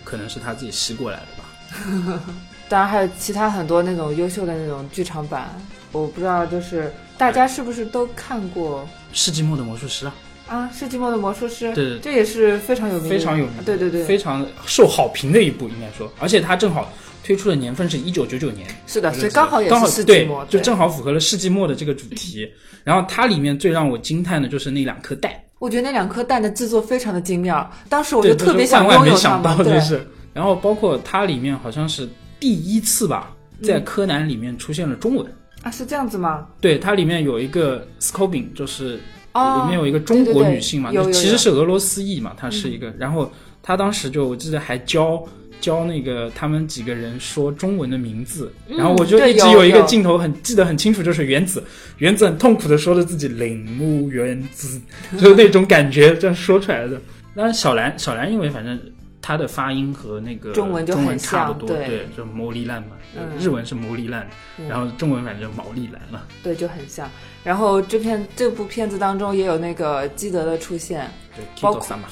S2: 可能是他自己吸过来的吧。
S1: 当然还有其他很多那种优秀的那种剧场版，我不知道就是大家是不是都看过
S2: 世纪末的魔术师啊，
S1: 啊？《世纪末的魔术师》
S2: 对对
S1: 这也是非常有名的，
S2: 非常有名，
S1: 对对对，
S2: 非常受好评的一部，应该说，而且它正好推出的年份是一九九九年，
S1: 是的，所以刚好也
S2: 刚
S1: 是
S2: 好
S1: 世纪
S2: 对
S1: 末，，
S2: 就
S1: 对
S2: 正好符合了世纪末的这个主题。然后它里面最让我惊叹的就是那两颗蛋，
S1: 我觉得那两颗蛋的制作非常的精妙，当时我
S2: 对
S1: 就
S2: 这
S1: 特别
S2: 是万
S1: 想
S2: 万
S1: 拥
S2: 没
S1: 有它
S2: 想
S1: 们，
S2: 到，
S1: 对
S2: 就，是。然后包括它里面好像是第一次吧，
S1: 嗯
S2: 在柯南里面出现了中文。
S1: 啊，是这样子吗？
S2: 对，它里面有一个 Scobin，就是
S1: 哦，
S2: 里面有一个中
S1: 对对
S2: 国
S1: 对
S2: 女性嘛，
S1: 有嗯有
S2: 其
S1: 有
S2: 实是俄罗斯裔嘛，她是一个。然后她当时就我记得还教教那个他们几个人说中文的名字，
S1: 嗯
S2: 然后我就
S1: 对
S2: 一直
S1: 有
S2: 一个
S1: 有
S2: 镜头很记得很清楚，就是原子，原子很痛苦的说着自己铃木原子， [laughs] 就是那种感觉这样说出来的。当然小兰小兰因为反正。她的发音和那个
S1: 中文就很
S2: 差
S1: 像
S2: 不多，
S1: 对
S2: 对，就毛利兰嘛，
S1: 嗯
S2: 日文是毛利兰，
S1: 嗯
S2: 然后中文反正毛利兰了。
S1: 对，就很像。然后这片这部片子当中也有那个基德的出现，
S2: 对，
S1: 包括
S2: Kido 嘛，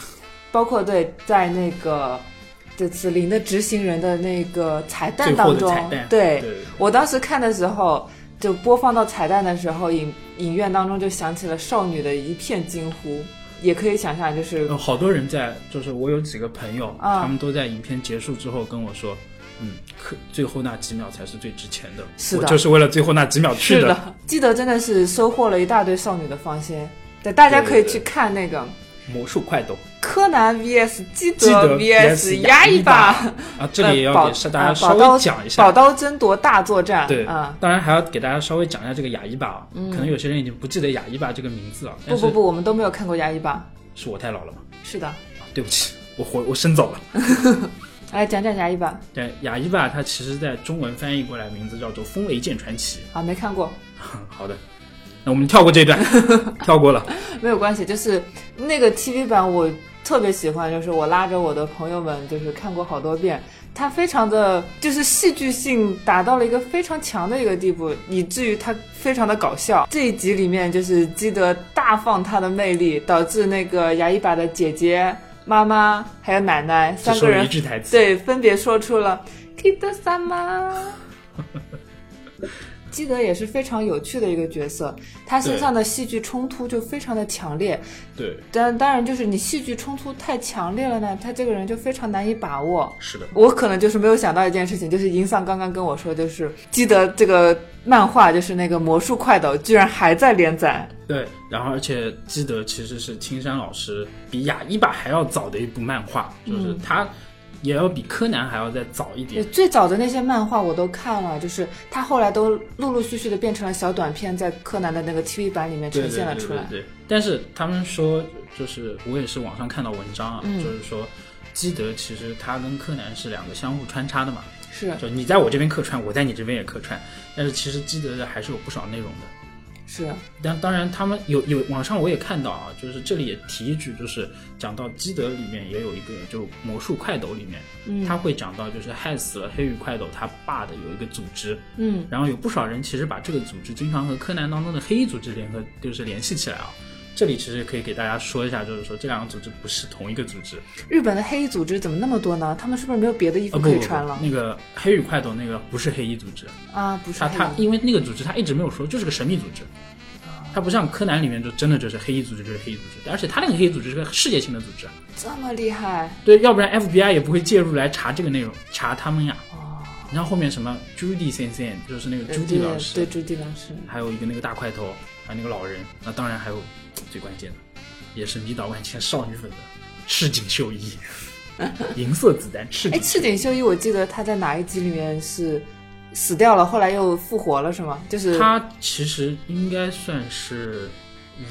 S1: 包括对在那个这次林的执行人的那个彩蛋
S2: 最后
S1: 当
S2: 的
S1: 中，
S2: 彩蛋，
S1: 对
S2: 对
S1: 我当时看的时候，就播放到彩蛋的时候，影影院当中就响起了少女的一片惊呼，也可以想象，就是、
S2: 呃，好多人在，就是我有几个朋友，
S1: 啊
S2: 他们都在影片结束之后跟我说，嗯，可最后那几秒才是最值钱的，
S1: 是
S2: 我
S1: 的
S2: 就是为了最后那几秒去
S1: 是的，记得真的是收获了一大堆少女的芳心。对，大家可以去看那个
S2: [laughs] 魔术快斗
S1: 柯南 VS 基
S2: 基德
S1: VS
S2: 压
S1: 一
S2: 吧
S1: 吧。
S2: 啊，这里也要
S1: 呃宝
S2: 给是大家
S1: 啊
S2: 稍
S1: 宝刀
S2: 微讲一
S1: 宝
S2: 下，
S1: 刀争夺大作战，
S2: 对
S1: 啊，
S2: 当然还要给大家稍微讲一下这个雅伊巴啊，可能有些人已经不记得雅伊巴这个名字了，
S1: 嗯不
S2: 但
S1: 不
S2: 是
S1: 不，我们都没有看过牙医吧？
S2: 是我太老了嘛，
S1: 是的，
S2: 啊对不起，我活我生早了。
S1: 来讲讲牙医吧
S2: 对，雅伊巴它其实在中文翻译过来名字叫做《风雷剑传奇
S1: 啊，没看过，》。 [laughs]
S2: 好的，那我们跳过这一段，跳过了。
S1: 没有关系，就是那个 TV 版我特别喜欢，就是我拉着我的朋友们就是看过好多遍，它非常的就是戏剧性达到了一个非常强的一个地步，以至于它非常的搞笑。这一集里面就是基德大放他的魅力，导致那个牙医吧的姐姐、妈妈还有奶奶
S2: 只
S1: 三个
S2: 说
S1: 人
S2: 一句台词，
S1: 对，分别说出了 “Kid s a m [laughs] 基德也是非常有趣的一个角色，他身上的戏剧冲突就非常的强烈。
S2: 对，
S1: 但当然，就是你戏剧冲突太强烈了呢，他这个人就非常难以把握。
S2: 是的，
S1: 我可能就是没有想到一件事情，就是银丧刚刚跟我说，就是基德这个漫画，就是那个魔术快斗，居然还在连载。
S2: 对。然后，而且基德其实是青山老师比雅伊巴还要早的一部漫画，
S1: 嗯
S2: 就是他也要比柯南还要再早一点。
S1: 最早的那些漫画我都看了，就是它后来都陆陆续续的变成了小短片，在柯南的那个 TV 版里面
S2: 对
S1: 呈
S2: 对
S1: 现
S2: 对
S1: 了
S2: 对
S1: 出来。
S2: 对。但是他们说，就是我也是网上看到文章啊，
S1: 嗯
S2: 就是说基德其实他跟柯南是两个相互穿插的嘛，
S1: 是
S2: 就你在我这边客串，我在你这边也客串，但是其实基德的还是有不少内容的。
S1: 是
S2: 但当然，他们有有网上我也看到啊，就是这里也提一句，就是讲到基德里面也有一个，就魔术快斗里面，
S1: 嗯
S2: 他会讲到就是害死了黑羽快斗他爸的有一个组织，
S1: 嗯
S2: 然后有不少人其实把这个组织经常和柯南当中的黑衣组织联合就是联系起来啊。这里其实可以给大家说一下，就是说这两个组织不是同一个组织，
S1: 日本的黑衣组织怎么那么多呢？他们是不是没有别的衣服
S2: 呃
S1: 可
S2: 不不
S1: 以
S2: 不
S1: 穿了，
S2: 那个黑羽快斗那个不是黑衣组织，
S1: 啊？不是
S2: 他
S1: 黑衣，
S2: 他因为那个组织他一直没有说，就是个神秘组织，
S1: 啊
S2: 他不像柯南里面就真的就是黑衣组织就是黑衣组织，而且他那个黑衣组织是个世界性的组织，
S1: 这么厉害
S2: 对，要不然 FBI 也不会介入来查这个内容，查他们呀。
S1: 哦
S2: 你像后面什么 Judy 先生，就是那个
S1: 对
S2: Judy 老师，
S1: 对朱棣老师，嗯
S2: 还有一个那个大块头，还有那个老人，那当然还有最关键的，也是迷倒万千少女粉的赤井
S1: [laughs]
S2: 秀一，银色子弹赤
S1: 哎，
S2: 井，
S1: 赤井秀一，我记得他在哪一集里面是死掉了，后来又复活了，是吗？就是
S2: 他其实应该算是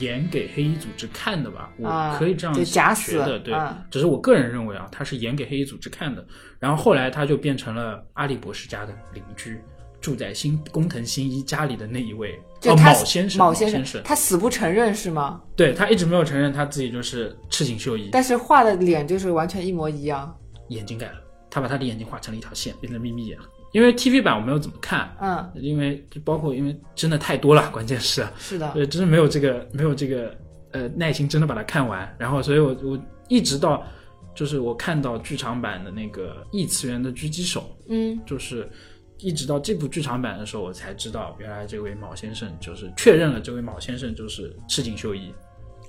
S2: 演给黑衣组织看的吧，
S1: 啊
S2: 我可以这样
S1: 就假死
S2: 觉得，对，
S1: 啊
S2: 只是我个人认为啊，他是演给黑衣组织看的。然后后来他就变成了阿笠博士家的邻居，住在新工藤新一家里的那一位，
S1: 就
S2: 哦，
S1: 他
S2: 卯
S1: 死
S2: 先生，
S1: 卯
S2: 卯
S1: 先
S2: 生
S1: 生，，他死不承认是吗？
S2: 对他一直没有承认他自己就是赤井秀一，
S1: 但是画的脸就是完全一模一样。
S2: 眼睛改了，他把他的眼睛画成了一条线，变成眯眯眼了。因为 TV 版我没有怎么看，
S1: 嗯，
S2: 因为就包括因为真的太多了，关键是。啊
S1: 是的，
S2: 对，真是没有这个没有这个呃耐心，真的把它看完。然后，所以我我一直到就是我看到剧场版的那个异次元的狙击手，
S1: 嗯，
S2: 就是一直到这部剧场版的时候，我才知道原来这位卯先生就是确认了这位卯先生就是赤井秀一，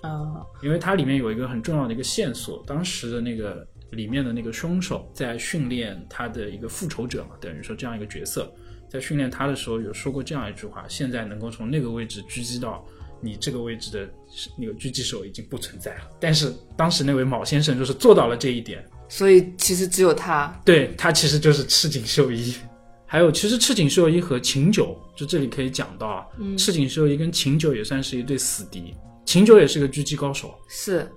S1: 嗯，
S2: 因为它里面有一个很重要的一个线索，当时的那个里面的那个凶手在训练他的一个复仇者嘛，等于说这样一个角色，在训练他的时候有说过这样一句话：现在能够从那个位置狙击到你这个位置的那个狙击手已经不存在了。但是当时那位卯先生就是做到了这一点，
S1: 所以其实只有他，
S2: 对他其实就是赤井秀一。还有，其实赤井秀一和秦九，就这里可以讲到啊，赤井秀一跟秦九也算是一对死敌，秦九也是个狙击高手，
S1: 是，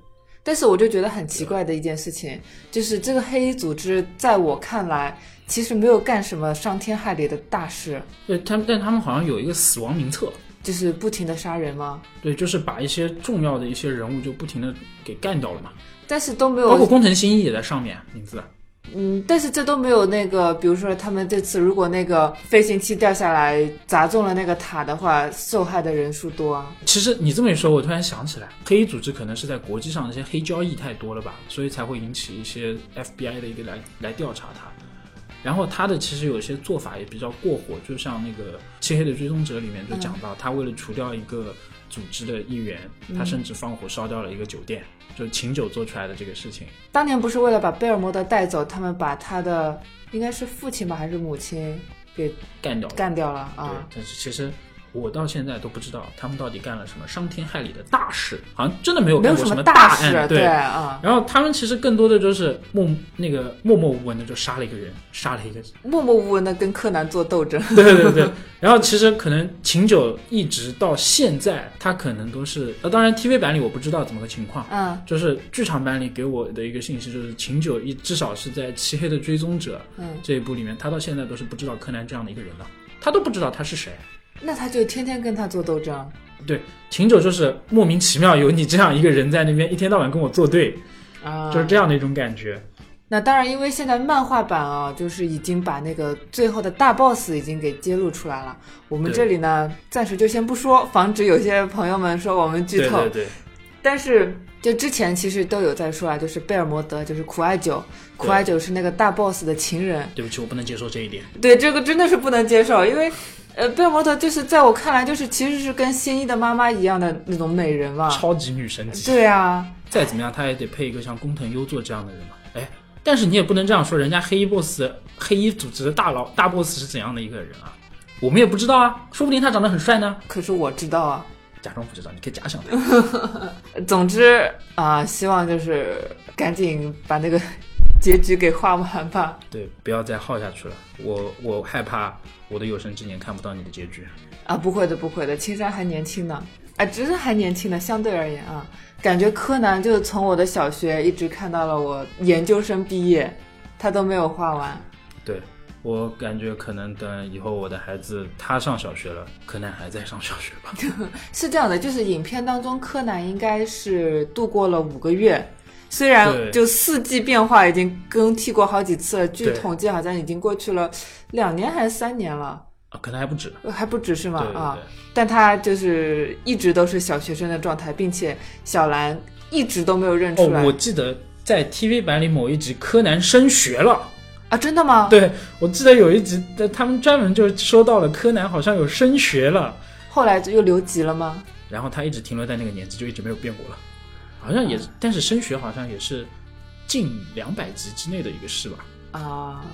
S1: 但是我就觉得很奇怪的一件事情，就是这个黑衣组织在我看来，其实没有干什么伤天害理的大事，
S2: 对他们，但他们好像有一个死亡名册，
S1: 就是不停的杀人吗？
S2: 对，就是把一些重要的一些人物就不停的给干掉了嘛，
S1: 但是都没
S2: 包括
S1: 有，
S2: 工藤新一也在上面名字。
S1: 嗯，但是这都没有那个，比如说他们这次如果那个飞行器掉下来砸中了那个塔的话，受害的人数多啊。
S2: 其实你这么一说，我突然想起来，黑衣组织可能是在国际上那些黑交易太多了吧，所以才会引起一些 FBI 的一个来来调查他。然后他的其实有些做法也比较过火，就像那个《漆黑的追踪者》里面就讲到，他为了除掉一个组织的一员，他甚至放火烧掉了一个酒店，就是秦九做出来的这个事情。
S1: 当年不是为了把贝尔摩德带走，他们把他的应该是父亲吧还是母亲给
S2: 干掉了。
S1: 干掉了
S2: 对
S1: 啊？，
S2: 但是其实我到现在都不知道他们到底干了什么伤天害理的大事，好像真的没有
S1: 没
S2: 干
S1: 有
S2: 过
S1: 什
S2: 么
S1: 大
S2: 案。
S1: 事，
S2: 对。
S1: 啊，
S2: 然后他们其实更多的就是默那个默默无闻的就杀了一个人，杀了一个人。
S1: 默默无闻的跟柯南做斗争。
S2: 对对对对。然后其实可能秦九一直到现在，他可能都是呃，当然 TV 版里我不知道怎么个情况，
S1: 嗯
S2: 就是剧场版里给我的一个信息就是秦九一至少是在《漆黑的追踪者》
S1: 嗯，
S2: 这一部里面，他到现在都是不知道柯南这样的一个人的，他都不知道他是谁。
S1: 那他就天天跟他做斗争。
S2: 对，秦九就是莫名其妙有你这样一个人在那边一天到晚跟我作对，
S1: 啊，
S2: 就是这样的一种感觉。
S1: 那当然，因为现在漫画版啊，就是已经把那个最后的大 boss 已经给揭露出来了。我们
S2: 对
S1: 这里呢，暂时就先不说，防止有些朋友们说我们剧
S2: 对
S1: 透。
S2: 对对，
S1: 但是就之前其实都有在说啊，就是贝尔摩德，就是苦艾酒，
S2: 对
S1: 苦艾酒是那个大 boss 的情人。
S2: 对不起，我不能接受这一点。
S1: 对，这个真的是不能接受，因为。呃，贝尔摩德就是在我看来，就是其实是跟新一的妈妈一样的那种美人嘛。
S2: 超级女神级， [laughs]
S1: 对啊，
S2: 再怎么样他也得配一个像工藤优作这样的人嘛。哎，但是你也不能这样说，人家黑衣 boss、黑衣组织的大佬、大 boss 是怎样的一个人啊？我们也不知道啊，说不定他长得很帅呢。
S1: 可是我知道啊。
S2: 假装不知道，你可以假想
S1: [laughs]
S2: 他。
S1: 总之啊、希望就是赶紧把那个结局给画完吧。
S2: 对，不要再耗下去了，我我害怕我的有生之年看不到你的结局。
S1: 啊，不会的，不会的，青山还年轻呢，啊，只是还年轻呢，相对而言啊，感觉柯南就是从我的小学一直看到了我研究生毕业，他都没有画完。
S2: 对，我感觉可能等以后我的孩子他上小学了，柯南还在上小学吧。
S1: 是这样的，就是影片当中，柯南应该是度过了五个月，虽然
S2: 对
S1: 就四季变化已经更替过好几次了，据
S2: 对
S1: 统计好像已经过去了两年还是三年了，
S2: 啊，可能还不止。
S1: 呃还不止是吗？
S2: 对对对，
S1: 啊，但他就是一直都是小学生的状态，并且小兰一直都没有认出来、
S2: 哦，我记得在 TV 版里某一集柯南升学了。
S1: 啊，真的吗？
S2: 对，我记得有一集，他们专门就说到了柯南好像有升学了，
S1: 后来又留级了吗？
S2: 然后他一直停留在那个年纪，就一直没有变过了。好像也，但是升学好像也是近两百集之内的一个事吧？
S1: 啊，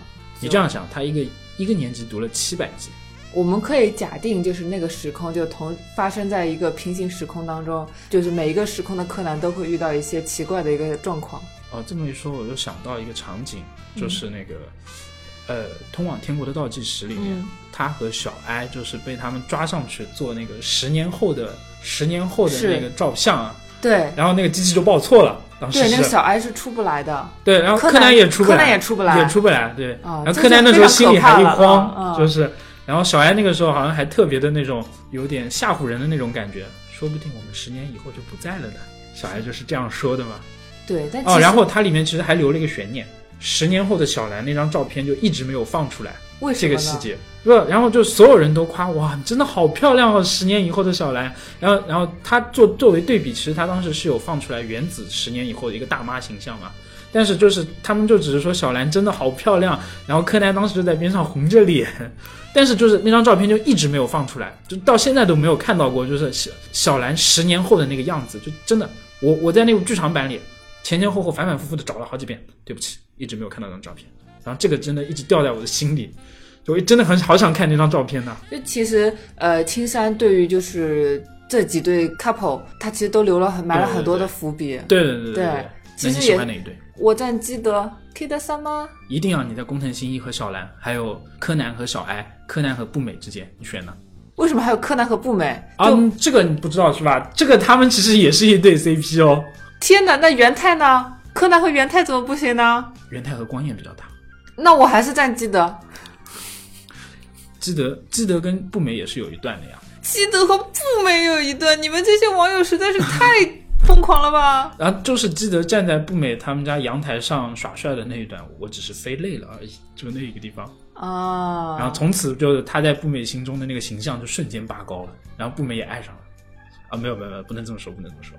S2: 你这样想，他一个一个年级读了七百集，
S1: 我们可以假定，就是那个时空就同发生在一个平行时空当中，就是每一个时空的柯南都会遇到一些奇怪的一个状况。
S2: 哦，这么一说，我又想到一个场景，
S1: 嗯
S2: 就是那个，呃，《通往天国的倒计时》里面，
S1: 嗯
S2: 他和小哀就是被他们抓上去做那个十年后的十年后的
S1: 是
S2: 那个照相啊，
S1: 对
S2: 然后那个机器就报错了，当时
S1: 对，那个
S2: 是。
S1: 小哀是出不来的。
S2: 对，然后
S1: 柯
S2: 柯南
S1: 南
S2: 也出不来，
S1: 柯南也出不来
S2: 也出不来。对，
S1: 啊
S2: 然后
S1: 这
S2: 柯南
S1: 就
S2: 那时候
S1: 非
S2: 心
S1: 常可怕
S2: 里还一
S1: 了啊
S2: 慌，
S1: 啊
S2: 就是，然后小哀那个时候好像还特别的那种，有点吓唬人的那种感觉，说不定我们十年以后就不在了呢。小哀就是这样说的嘛。
S1: 对，但其实、
S2: 哦，然后它里面其实还留了一个悬念，十年后的小兰那张照片就一直没有放出来
S1: 为什
S2: 这
S1: 么呢？
S2: 个细节。不，然后就所有人都夸哇，真的好漂亮哦！十年以后的小兰，然后，然后他做作为对比，其实他当时是有放出来原子十年以后的一个大妈形象嘛。但是就是他们就只是说小兰真的好漂亮，然后柯南当时就在边上红着脸， [laughs] 但是就是那张照片就一直没有放出来，就到现在都没有看到过，就是小小兰十年后的那个样子，就真的我我在那个剧场版里前前后后反反复复的找了好几遍，对不起，一直没有看到那张照片。然后这个真的一直掉在我的心里，就我真的很好想看那张照片呐、
S1: 就其实呃，青山对于就是这几对 couple，他其实都留了很埋了
S2: 对对
S1: 很多
S2: 对
S1: 的伏笔。
S2: 对对对
S1: 对
S2: 对，
S1: 其
S2: 那
S1: 实
S2: 你喜
S1: 也
S2: 欢哪一对？
S1: 我赞基德 Kid 三吗？
S2: 一定要你在工藤新一和小兰，还有柯南和小哀、柯南和步美之间，你选呢？
S1: 为什么还有柯南和步美？
S2: 啊
S1: 就，
S2: 这个你不知道是吧？这个他们其实也是一对 CP 哦。
S1: 天哪，那元太呢？柯南和元太怎么不行呢？
S2: 元太和光彦比较大，
S1: 那我还是赞基德。
S2: 基德基德跟步美也是有一段的呀。
S1: 基德和步美有一段，你们这些网友实在是太疯狂了吧！
S2: 然后就是基德站在步美他们家阳台上耍帅的那一段，我只是飞累了而已，就那一个地方。
S1: 啊，
S2: 然后从此就是他在步美心中的那个形象就瞬间拔高了，然后步美也爱上了。啊，没有没有没有，不能这么说，不能这么说，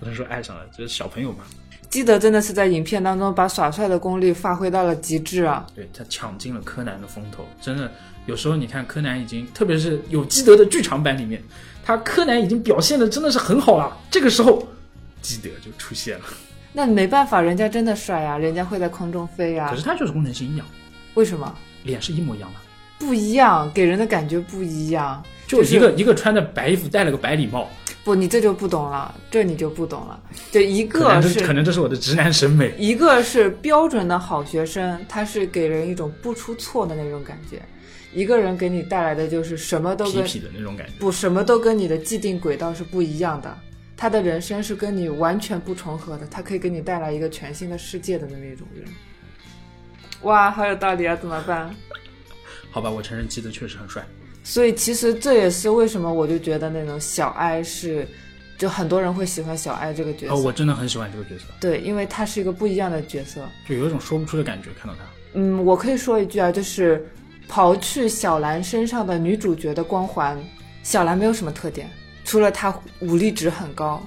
S2: 不能说爱上了，就是小朋友嘛。
S1: 基德真的是在影片当中把耍帅的功力发挥到了极致啊！
S2: 对他抢尽了柯南的风头，真的有时候你看柯南已经，特别是有基德的剧场版里面，他柯南已经表现的真的是很好了。这个时候，基德就出现了，
S1: 那没办法，人家真的帅啊，人家会在空中飞啊
S2: 可。是他就是工藤新一啊，
S1: 为什么
S2: 脸是一模一样的，
S1: 不一样？给人的感觉不一样。
S2: 就
S1: 就是
S2: 一个、一个穿着白衣服，戴了个白礼帽，
S1: 不，你这就不懂了，这你就不懂了。就一
S2: 可能
S1: 个
S2: 这可
S1: 是
S2: 能这是我的直男审美。
S1: 一个是标准的好学生，他是给人一种不出错的那种感觉；一个人给你带来的就是什么都
S2: 痞
S1: 跟
S2: 痞的那种感觉，
S1: 不，什么都跟你的既定轨道是不一样的。他的人生是跟你完全不重合的，他可以给你带来一个全新的世界的那种人。哇，好有道理啊！怎么办？
S2: 好吧，我承认基德确实很帅，
S1: 所以其实这也是为什么我就觉得那种小哀是，就很多人会喜欢小哀这个角色。
S2: 哦，我真的很喜欢这个角色，
S1: 对，因为他是一个不一样的角色。
S2: 就有一种说不出的感觉，看到他。
S1: 嗯，我可以说一句啊，就是刨去小兰身上的女主角的光环，小兰没有什么特点，除了她武力值很高，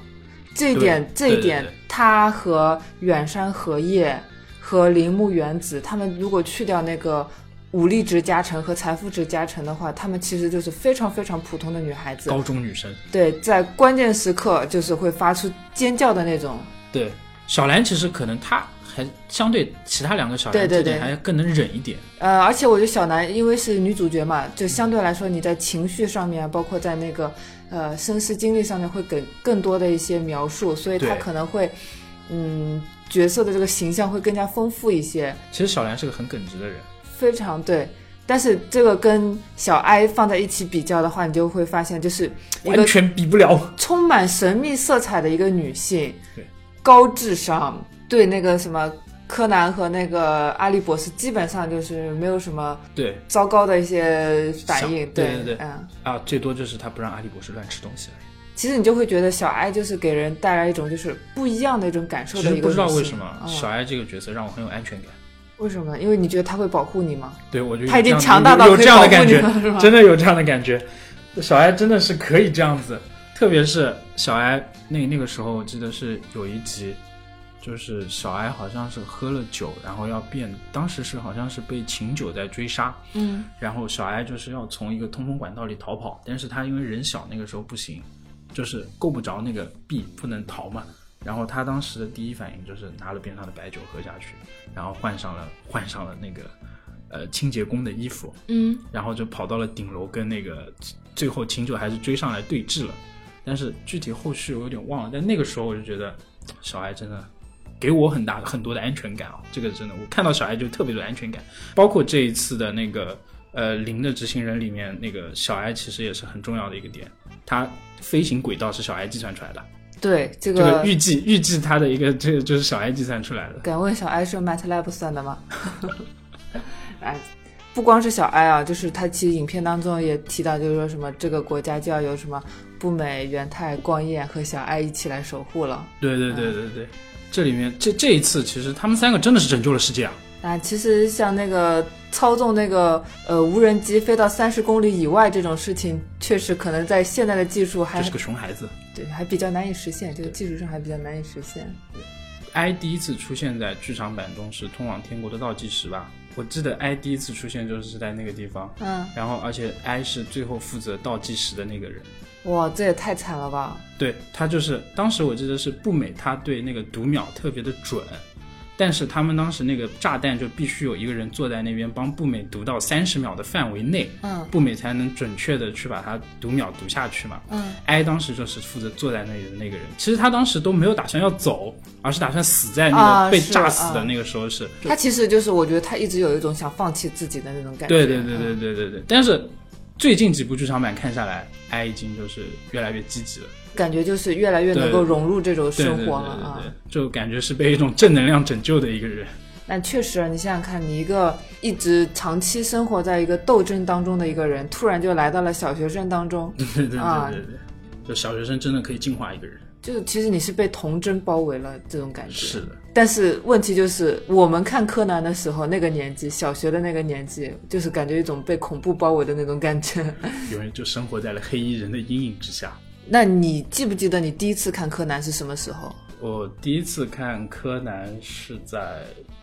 S1: 这一点，这
S2: 对
S1: 一
S2: 对
S1: 点
S2: 对对，
S1: 她和远山荷叶和铃木原子，他们如果去掉那个。武力值加成和财富值加成的话，她们其实就是非常非常普通的女孩子。
S2: 高中女生，
S1: 对，在关键时刻就是会发出尖叫的那种。
S2: 对，小兰其实可能她还相对其他两个小兰
S1: 对对
S2: 这点
S1: 对
S2: 还更能忍一点。
S1: 呃，而且我觉得小南因为是女主角嘛，就相对来说你在情绪上面，啊包括在那个呃身世经历上面会给更多的一些描述，所以她
S2: 对
S1: 可能会嗯角色的这个形象会更加丰富一些，
S2: 其实小兰是个很耿直的人，
S1: 非常对。但是这个跟小哀放在一起比较的话，你就会发现就是一个
S2: 完全比
S1: [laughs]
S2: 不了。
S1: 充满神秘色彩的一个女性
S2: 对，
S1: 高智商，对那个什么柯南和那个阿笠博士基本上就是没有什么
S2: 对
S1: 糟糕的一些反应，
S2: 想对对对
S1: 嗯，
S2: 啊，最多就是他不让阿笠博士乱吃东西而已。
S1: 其实你就会觉得小爱就是给人带来一种就是不一样的一种感受
S2: 其
S1: 的
S2: 实
S1: 一个
S2: 不知道
S1: 女性
S2: 为什么
S1: 嗯
S2: 小爱这个角色让我很有安全感，
S1: 为什么？因为你觉得他会保护你吗？
S2: 对我就有
S1: 他已经
S2: 这样
S1: 强大到
S2: 有有
S1: 可以
S2: 这样
S1: 保
S2: 的
S1: 护
S2: 感
S1: 你
S2: 觉，
S1: 了，是吗？
S2: 真的有这样的感觉。小艾真的是可以这样子，特别是小艾那那个时候，我记得是有一集，就是小艾好像是喝了酒，然后要变，当时是好像是被琴酒在追杀，
S1: 嗯
S2: 然后小艾就是要从一个通风管道里逃跑，但是他因为人小，那个时候不行，就是够不着那个壁，不能逃嘛。然后他当时的第一反应就是拿了边上的白酒喝下去，然后换上了换上了那个呃清洁工的衣服，
S1: 嗯，
S2: 然后就跑到了顶楼，跟那个最后秦九还是追上来对峙了。但是具体后续我有点忘了，但那个时候我就觉得小艾真的给我很大很多的安全感啊，这个真的，我看到小艾就特别有安全感。包括这一次的那个呃零的执行人里面，那个小艾其实也是很重要的一个点，他飞行轨道是小艾计算出来的，
S1: 对，这
S2: 这个
S1: 个
S2: 预计预计他的一个这个就是小艾计算出来的。
S1: 敢问小爱是用 MATLAB 算的吗？ [laughs] 哎，不光是小爱啊，就是他其实影片当中也提到，就是说什么这个国家就要由什么步美、元太、光彦和小爱一起来守护了。
S2: 对对对对对，这里面这这一次其实他们三个真的是拯救了世界啊。
S1: 啊，其实像那个操纵那个呃无人机飞到三十公里以外这种事情，确实可能在现在的技术还
S2: 这是个熊孩子。
S1: 对还比较难以实现，这个技术上还比较难以实现。
S2: I 第一次出现在剧场版中是《通往天国的倒计时》吧？我记得 I 第一次出现就是在那个地方，
S1: 嗯，
S2: 然后而且 I 是最后负责倒计时的那个人。
S1: 哇，这也太惨了吧！
S2: 对他就是当时我记得是步美，他对那个读秒特别的准，但是他们当时那个炸弹就必须有一个人坐在那边帮步美读到三十秒的范围内，
S1: 嗯
S2: 步美才能准确的去把它读秒读下去嘛。
S1: 嗯，
S2: I 当时就是负责坐在那里的那个人，其实他当时都没有打算要走，而是打算死在那
S1: 啊
S2: 个被
S1: 是
S2: 炸死的
S1: 啊
S2: 那个时候是。
S1: 他其实就是我觉得他一直有一种想放弃自己的那种感觉。
S2: 对对对
S1: 嗯
S2: 对对对对。但是最近几部剧场版看下来，I 已经就是越来越积极了，
S1: 感觉就是越来越能够
S2: 对
S1: 融入这种
S2: 对对
S1: 生
S2: 对对
S1: 活了啊。
S2: 对，就感觉是被一种正能量拯救的一个人。 [laughs]
S1: 但确实，啊你想想看，你一个一直长期生活在一个斗争当中的一个人，突然就来到了小学生当中，
S2: 对对对
S1: 啊
S2: 对对对，就小学生真的可以净化一个人。
S1: 就是其实你是被童真包围了这种感觉。
S2: 是的，
S1: 但是问题就是，我们看柯南的时候，那个年纪，小学的那个年纪，就是感觉一种被恐怖包围的那种感觉。 [laughs]
S2: 永远就生活在了黑衣人的阴影之下。
S1: 那你记不记得你第一次看柯南是什么时候？
S2: 我第一次看柯南是在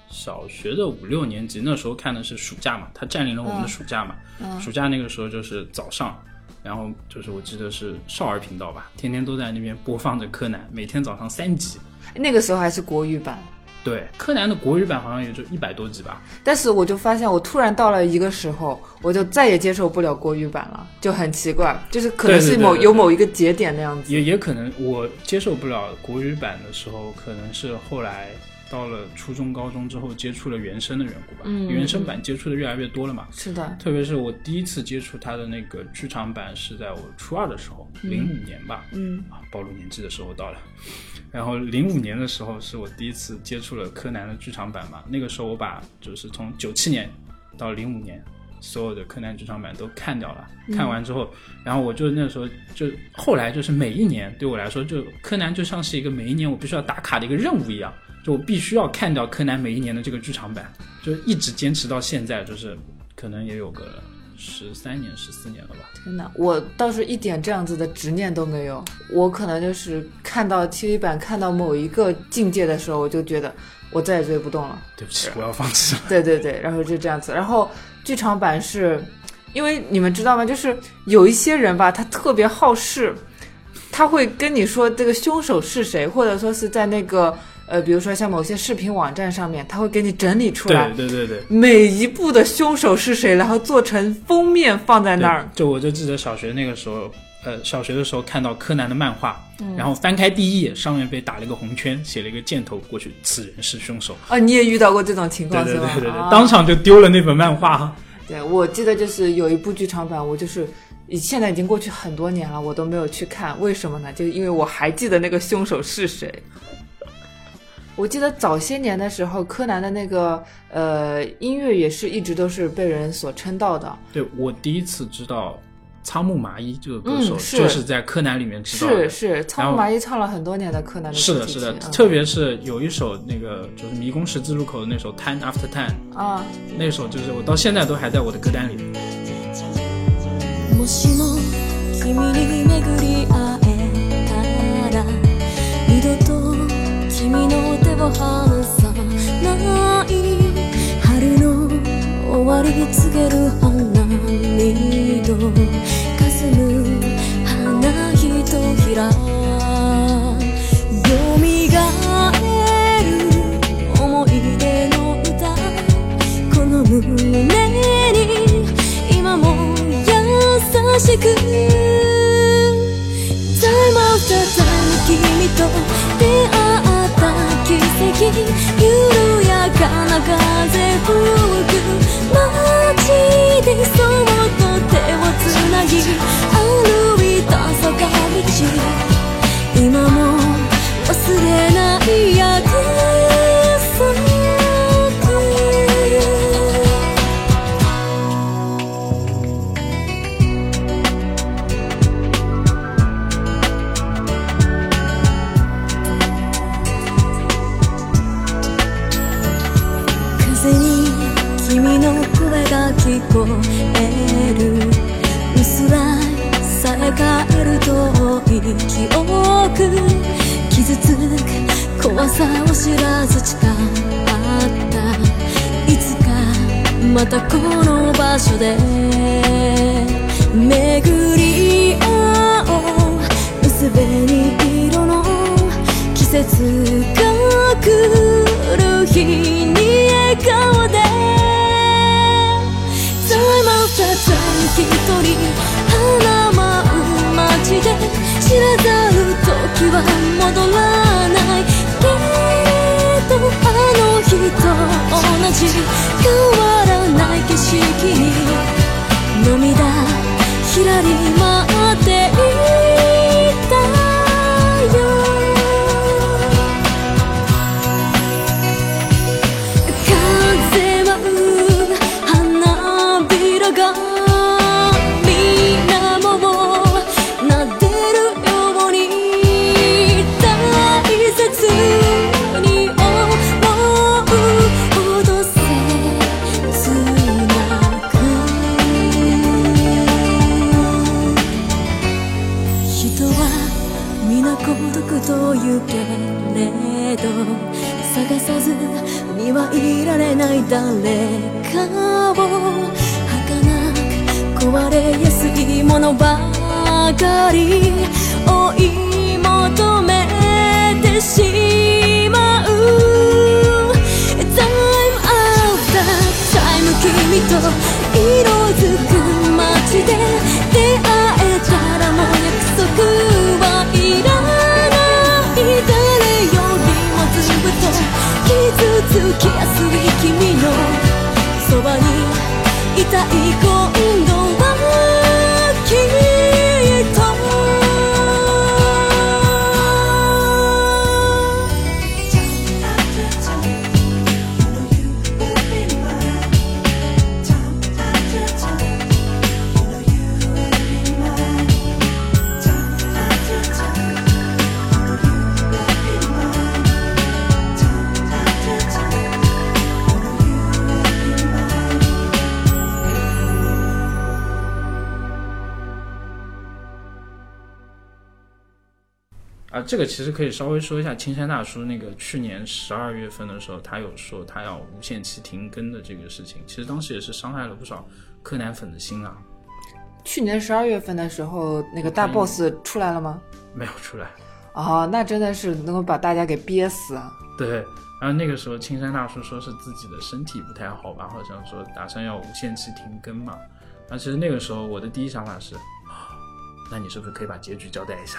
S2: 小学的五六年级，那时候看的是暑假嘛，它占领了我们的暑假嘛。
S1: 嗯
S2: 暑假那个时候就是早上，然后就是我记得是少儿频道吧，天天都在那边播放着柯南，每天早上三集。
S1: 那个时候还是国语版。
S2: 对，柯南的国语版好像也就一百多集吧。
S1: 但是我就发现，我突然到了一个时候，我就再也接受不了国语版了，就很奇怪，就是可能
S2: 对
S1: 是
S2: 对对
S1: 某
S2: 对对
S1: 有某一个节点那样子。
S2: 也也可能我接受不了国语版的时候，可能是后来到了初中、高中之后接触了原声的缘故吧。
S1: 嗯
S2: 原声版接触的越来越多了嘛。
S1: 是的，
S2: 特别是我第一次接触他的那个剧场版是在我初二的时候，零五年吧，
S1: 嗯，
S2: 啊，暴露年纪的时候到了。然后零五年的时候是我第一次接触了柯南的剧场版嘛，那个时候我把就是从九七年到零五年所有的柯南剧场版都看掉了，看完之后，然后我就那时候就后来就是每一年对我来说，就柯南就像是一个每一年我必须要打卡的一个任务一样，就我必须要看掉柯南每一年的这个剧场版，就一直坚持到现在，就是可能也有个十三年、十四年了吧。
S1: 天哪，我倒是一点这样子的执念都没有。我可能就是看到 TV 版看到某一个境界的时候，我就觉得我再也追不动了。
S2: 对不起，我要放弃了。
S1: 对对对，然后就这样子。然后剧场版是，因为你们知道吗？就是有一些人吧，他特别好事，他会跟你说这个凶手是谁，或者说是在那个呃，比如说像某些视频网站上面，他会给你整理出来
S2: 对对对对。
S1: 每一步的凶手是谁，然后做成封面放在那儿。
S2: 对就我就记得小学那个时候，呃，小学的时候看到柯南的漫画，
S1: 嗯
S2: 然后翻开第一页，上面被打了一个红圈，写了一个箭头过去，此人是凶手。
S1: 啊，你也遇到过这种情
S2: 对
S1: 况
S2: 对
S1: 是
S2: 对
S1: 吗？
S2: 对对，
S1: 啊
S2: 当场就丢了那本漫画。
S1: 对，我记得就是有一部剧场版，我就是以现在已经过去很多年了，我都没有去看，为什么呢？就因为我还记得那个凶手是谁。我记得早些年的时候，柯南的那个呃音乐也是一直都是被人所称道的。
S2: 对我第一次知道仓木麻衣这个歌手，
S1: 嗯是
S2: 就是在柯南里面知道的。
S1: 是是，仓木麻衣唱了很多年的柯南
S2: 是
S1: 主
S2: 的，
S1: 题曲。
S2: 是的，
S1: 嗯
S2: 特别是有一首那个就是迷宫十字路口的那首《Time After Time》，
S1: 啊，
S2: 那首就是我到现在都还在我的歌单里。
S3: もしも君に巡り会えたら二度と君の手を離さない春の終わり告げる花見と霞む花ひとひら蘇る思い出の歌この胸に今も優しく Time after time 君と出会った奇跡緩やかな風吹く街でそっと手をつなぎ歩いた坂道今も忘れない約束風に君の声が聞こえる薄らさえ帰る遠い記憶傷つく怖さを知らず誓ったいつかまたこの場所で巡り合おう薄紅色の季節が来る日に笑顔で Time after time 一人花舞う街で知らざる時は戻らないけどあの日と同じ変わらない景色に涙ひらり舞っていたよ風舞う花びらが水面を撫でるように大切に思うほど切なく人は皆孤独と言うけれど探さずにはいられない誰かを儚く壊れやすいものばかり追い求めてしまう Time after time 君と色づく街で出会えたらもう約束はいらない誰よりもずっと傷つきやすい君のそばにいたい今度はきっと
S2: 啊，这个其实可以稍微说一下，青山大叔那个去年十二月份的时候，他有说他要无限期停更的这个事情，其实当时也是伤害了不少柯南粉的心啊，
S1: 去年十二月份的时候，那个
S2: 嗯
S1: 大 boss 出来了吗？
S2: 没有出来。
S1: 哦，那真的是能够把大家给憋死啊！
S2: 对，然后那个时候青山大叔说是自己的身体不太好吧，好像说打算要无限期停更嘛。那其实那个时候我的第一想法是，啊那你是不是可以把结局交代一下？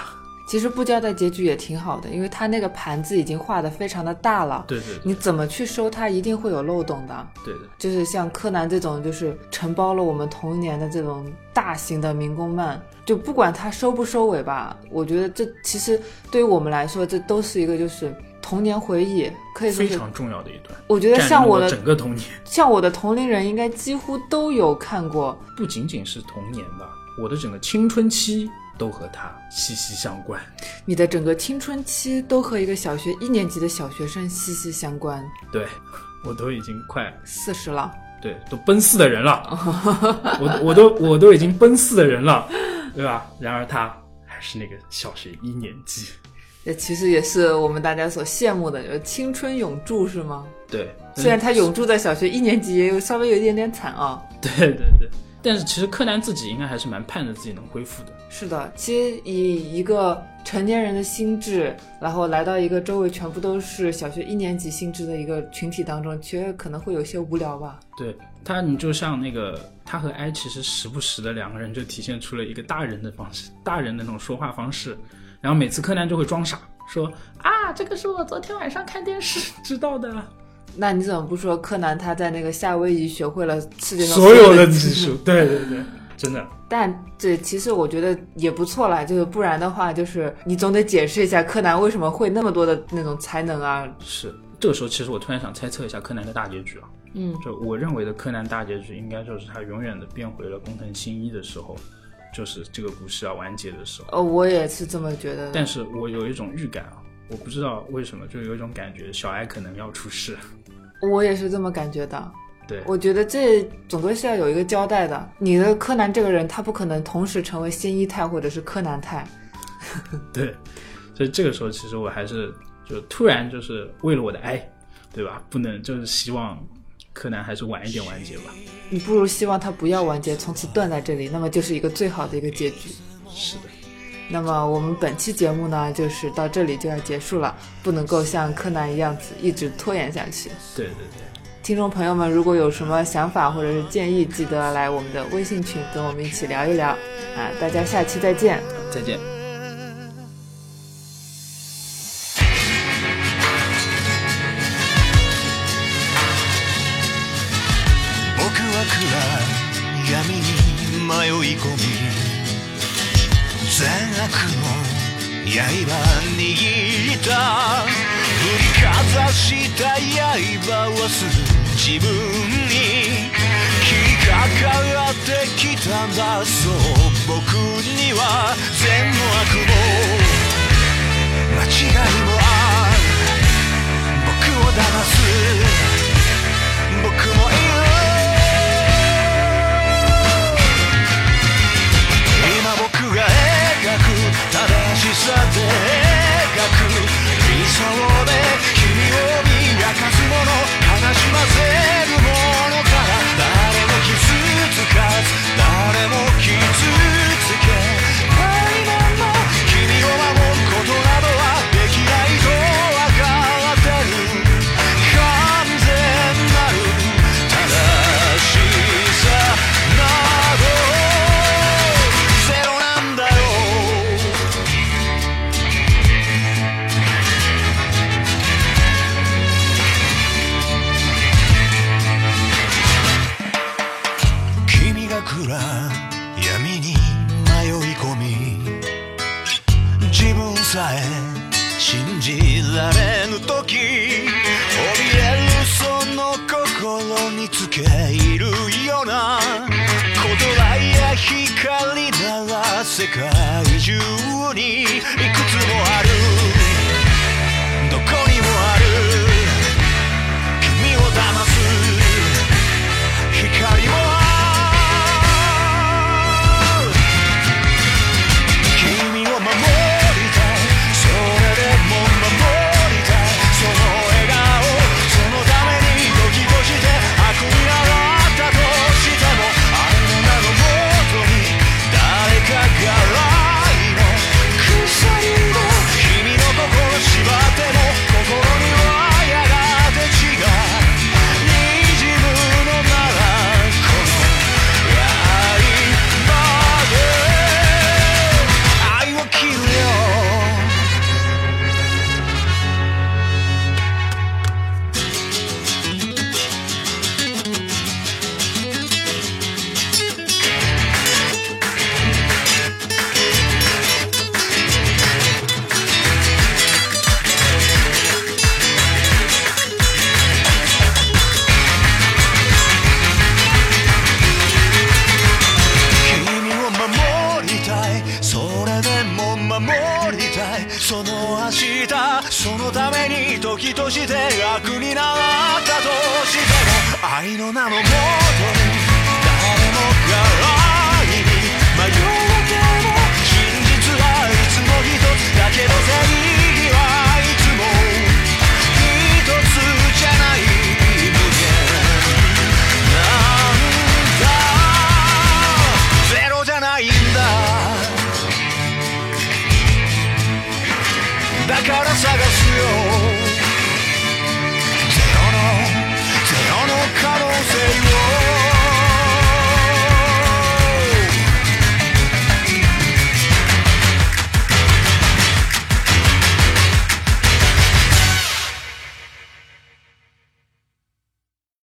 S1: 其实不交代结局也挺好的，因为他那个盘子已经画的非常的大了，
S2: 对对
S1: 你怎么去收它，一定会有漏洞的。
S2: 对的，
S1: 就是像柯南这种，就是承包了我们童年的这种大型的民工漫，就不管它收不收尾吧，我觉得这其实对于我们来说，这都是一个就是童年回忆，可以说
S2: 非
S1: 是，
S2: 常重要的一段。
S1: 我觉得
S2: 占
S1: 像
S2: 据了
S1: 我
S2: 我
S1: 的
S2: 整个童年，
S1: 像我的同龄人应该几乎都有看过。
S2: 不仅仅是童年吧，我的整个青春期都和它息息相关。
S1: 你的整个青春期都和一个小学一年级的小学生息息相关。
S2: 对，我都已经快
S1: 四十了，
S2: 对都奔四的人了，我我都我都已经奔四的人了，对吧？然而他还是那个小学一年级。
S1: 这其实也是我们大家所羡慕的，就是青春永驻是吗？
S2: 对，
S1: 虽然他永驻在小学一年级，也有稍微有一点点惨啊。
S2: 对对对，但是其实柯南自己应该还是蛮盼着自己能恢复的。
S1: 是的，其实以一个成年人的心智，然后来到一个周围全部都是小学一年级心智的一个群体当中，其实可能会有些无聊吧。
S2: 对他，你就像那个他和 I 其实时不时的两个人就体现出了一个大人的方式，大人的那种说话方式。然后每次柯南就会装傻，说啊，这个是我昨天晚上看电视知道的，
S1: 那你怎么不说柯南他在那个夏威夷学会了世界上
S2: 所有的 [laughs] 技
S1: 技术？
S2: 术。对对对，真的。
S1: 但这其实我觉得也不错啦，就是不然的话，就是你总得解释一下柯南为什么会那么多的那种才能啊。
S2: 是这个时候，其实我突然想猜测一下柯南的大结局啊。
S1: 嗯，
S2: 就我认为的柯南大结局，应该就是他永远的变回了工藤新一的时候，就是这个故事要完结的时候。
S1: 呃，我也是这么觉得的。
S2: 但是我有一种预感啊，我不知道为什么，就有一种感觉，小哀可能要出事。
S1: 我也是这么感觉的。
S2: 对，
S1: 我觉得这总归是要有一个交代的。你的柯南这个人，他不可能同时成为新一太或者是柯南太。
S2: 对，所以这个时候其实我还是就突然就是为了我的爱，对吧？不能就是希望柯南还是晚一点完结吧。
S1: 你不如希望他不要完结，从此断在这里，那么就是一个最好的一个结局。
S2: 是的，
S1: 那么我们本期节目呢，就是到这里就要结束了，不能够像柯南一样子一直拖延下去。
S2: 对对对，
S1: 听众朋友们，如果有什么想法或者是建议，记得来我们的微信群跟我们一起聊一聊啊！大家下期再见。
S2: 再见。
S4: 僕は暗闇に迷い込み善悪の刃握った振りかざした刃はすぐ自分に引っかかってきたんだそう僕には善も悪も間違いもある僕を騙す僕もいる今僕が描く正しさで描く理想で君を磨かすもの悲しませるものから誰も傷つかず誰も傷つけないまま君を守ることなどはできないと分かってる完全なる正しさなどゼロなんだよ君が暗闇に迷い込み自分さえ信じられぬ時怯えるその心につけ入るような言葉や光なら世界中にいくつもあるどこにもある君を騙す光もある君を守りたいそれでも守りたいその笑顔そのためにドキドキして悪になったとしてもあの名のもとに誰かが来の鎖をそのために時として悪になったとしても愛の名のもとに誰もが愛に迷うけど真実はいつも一つだけど正義はいつも一つじゃない無限なんだゼロじゃないんだだから探すよゼロのゼロの可能性を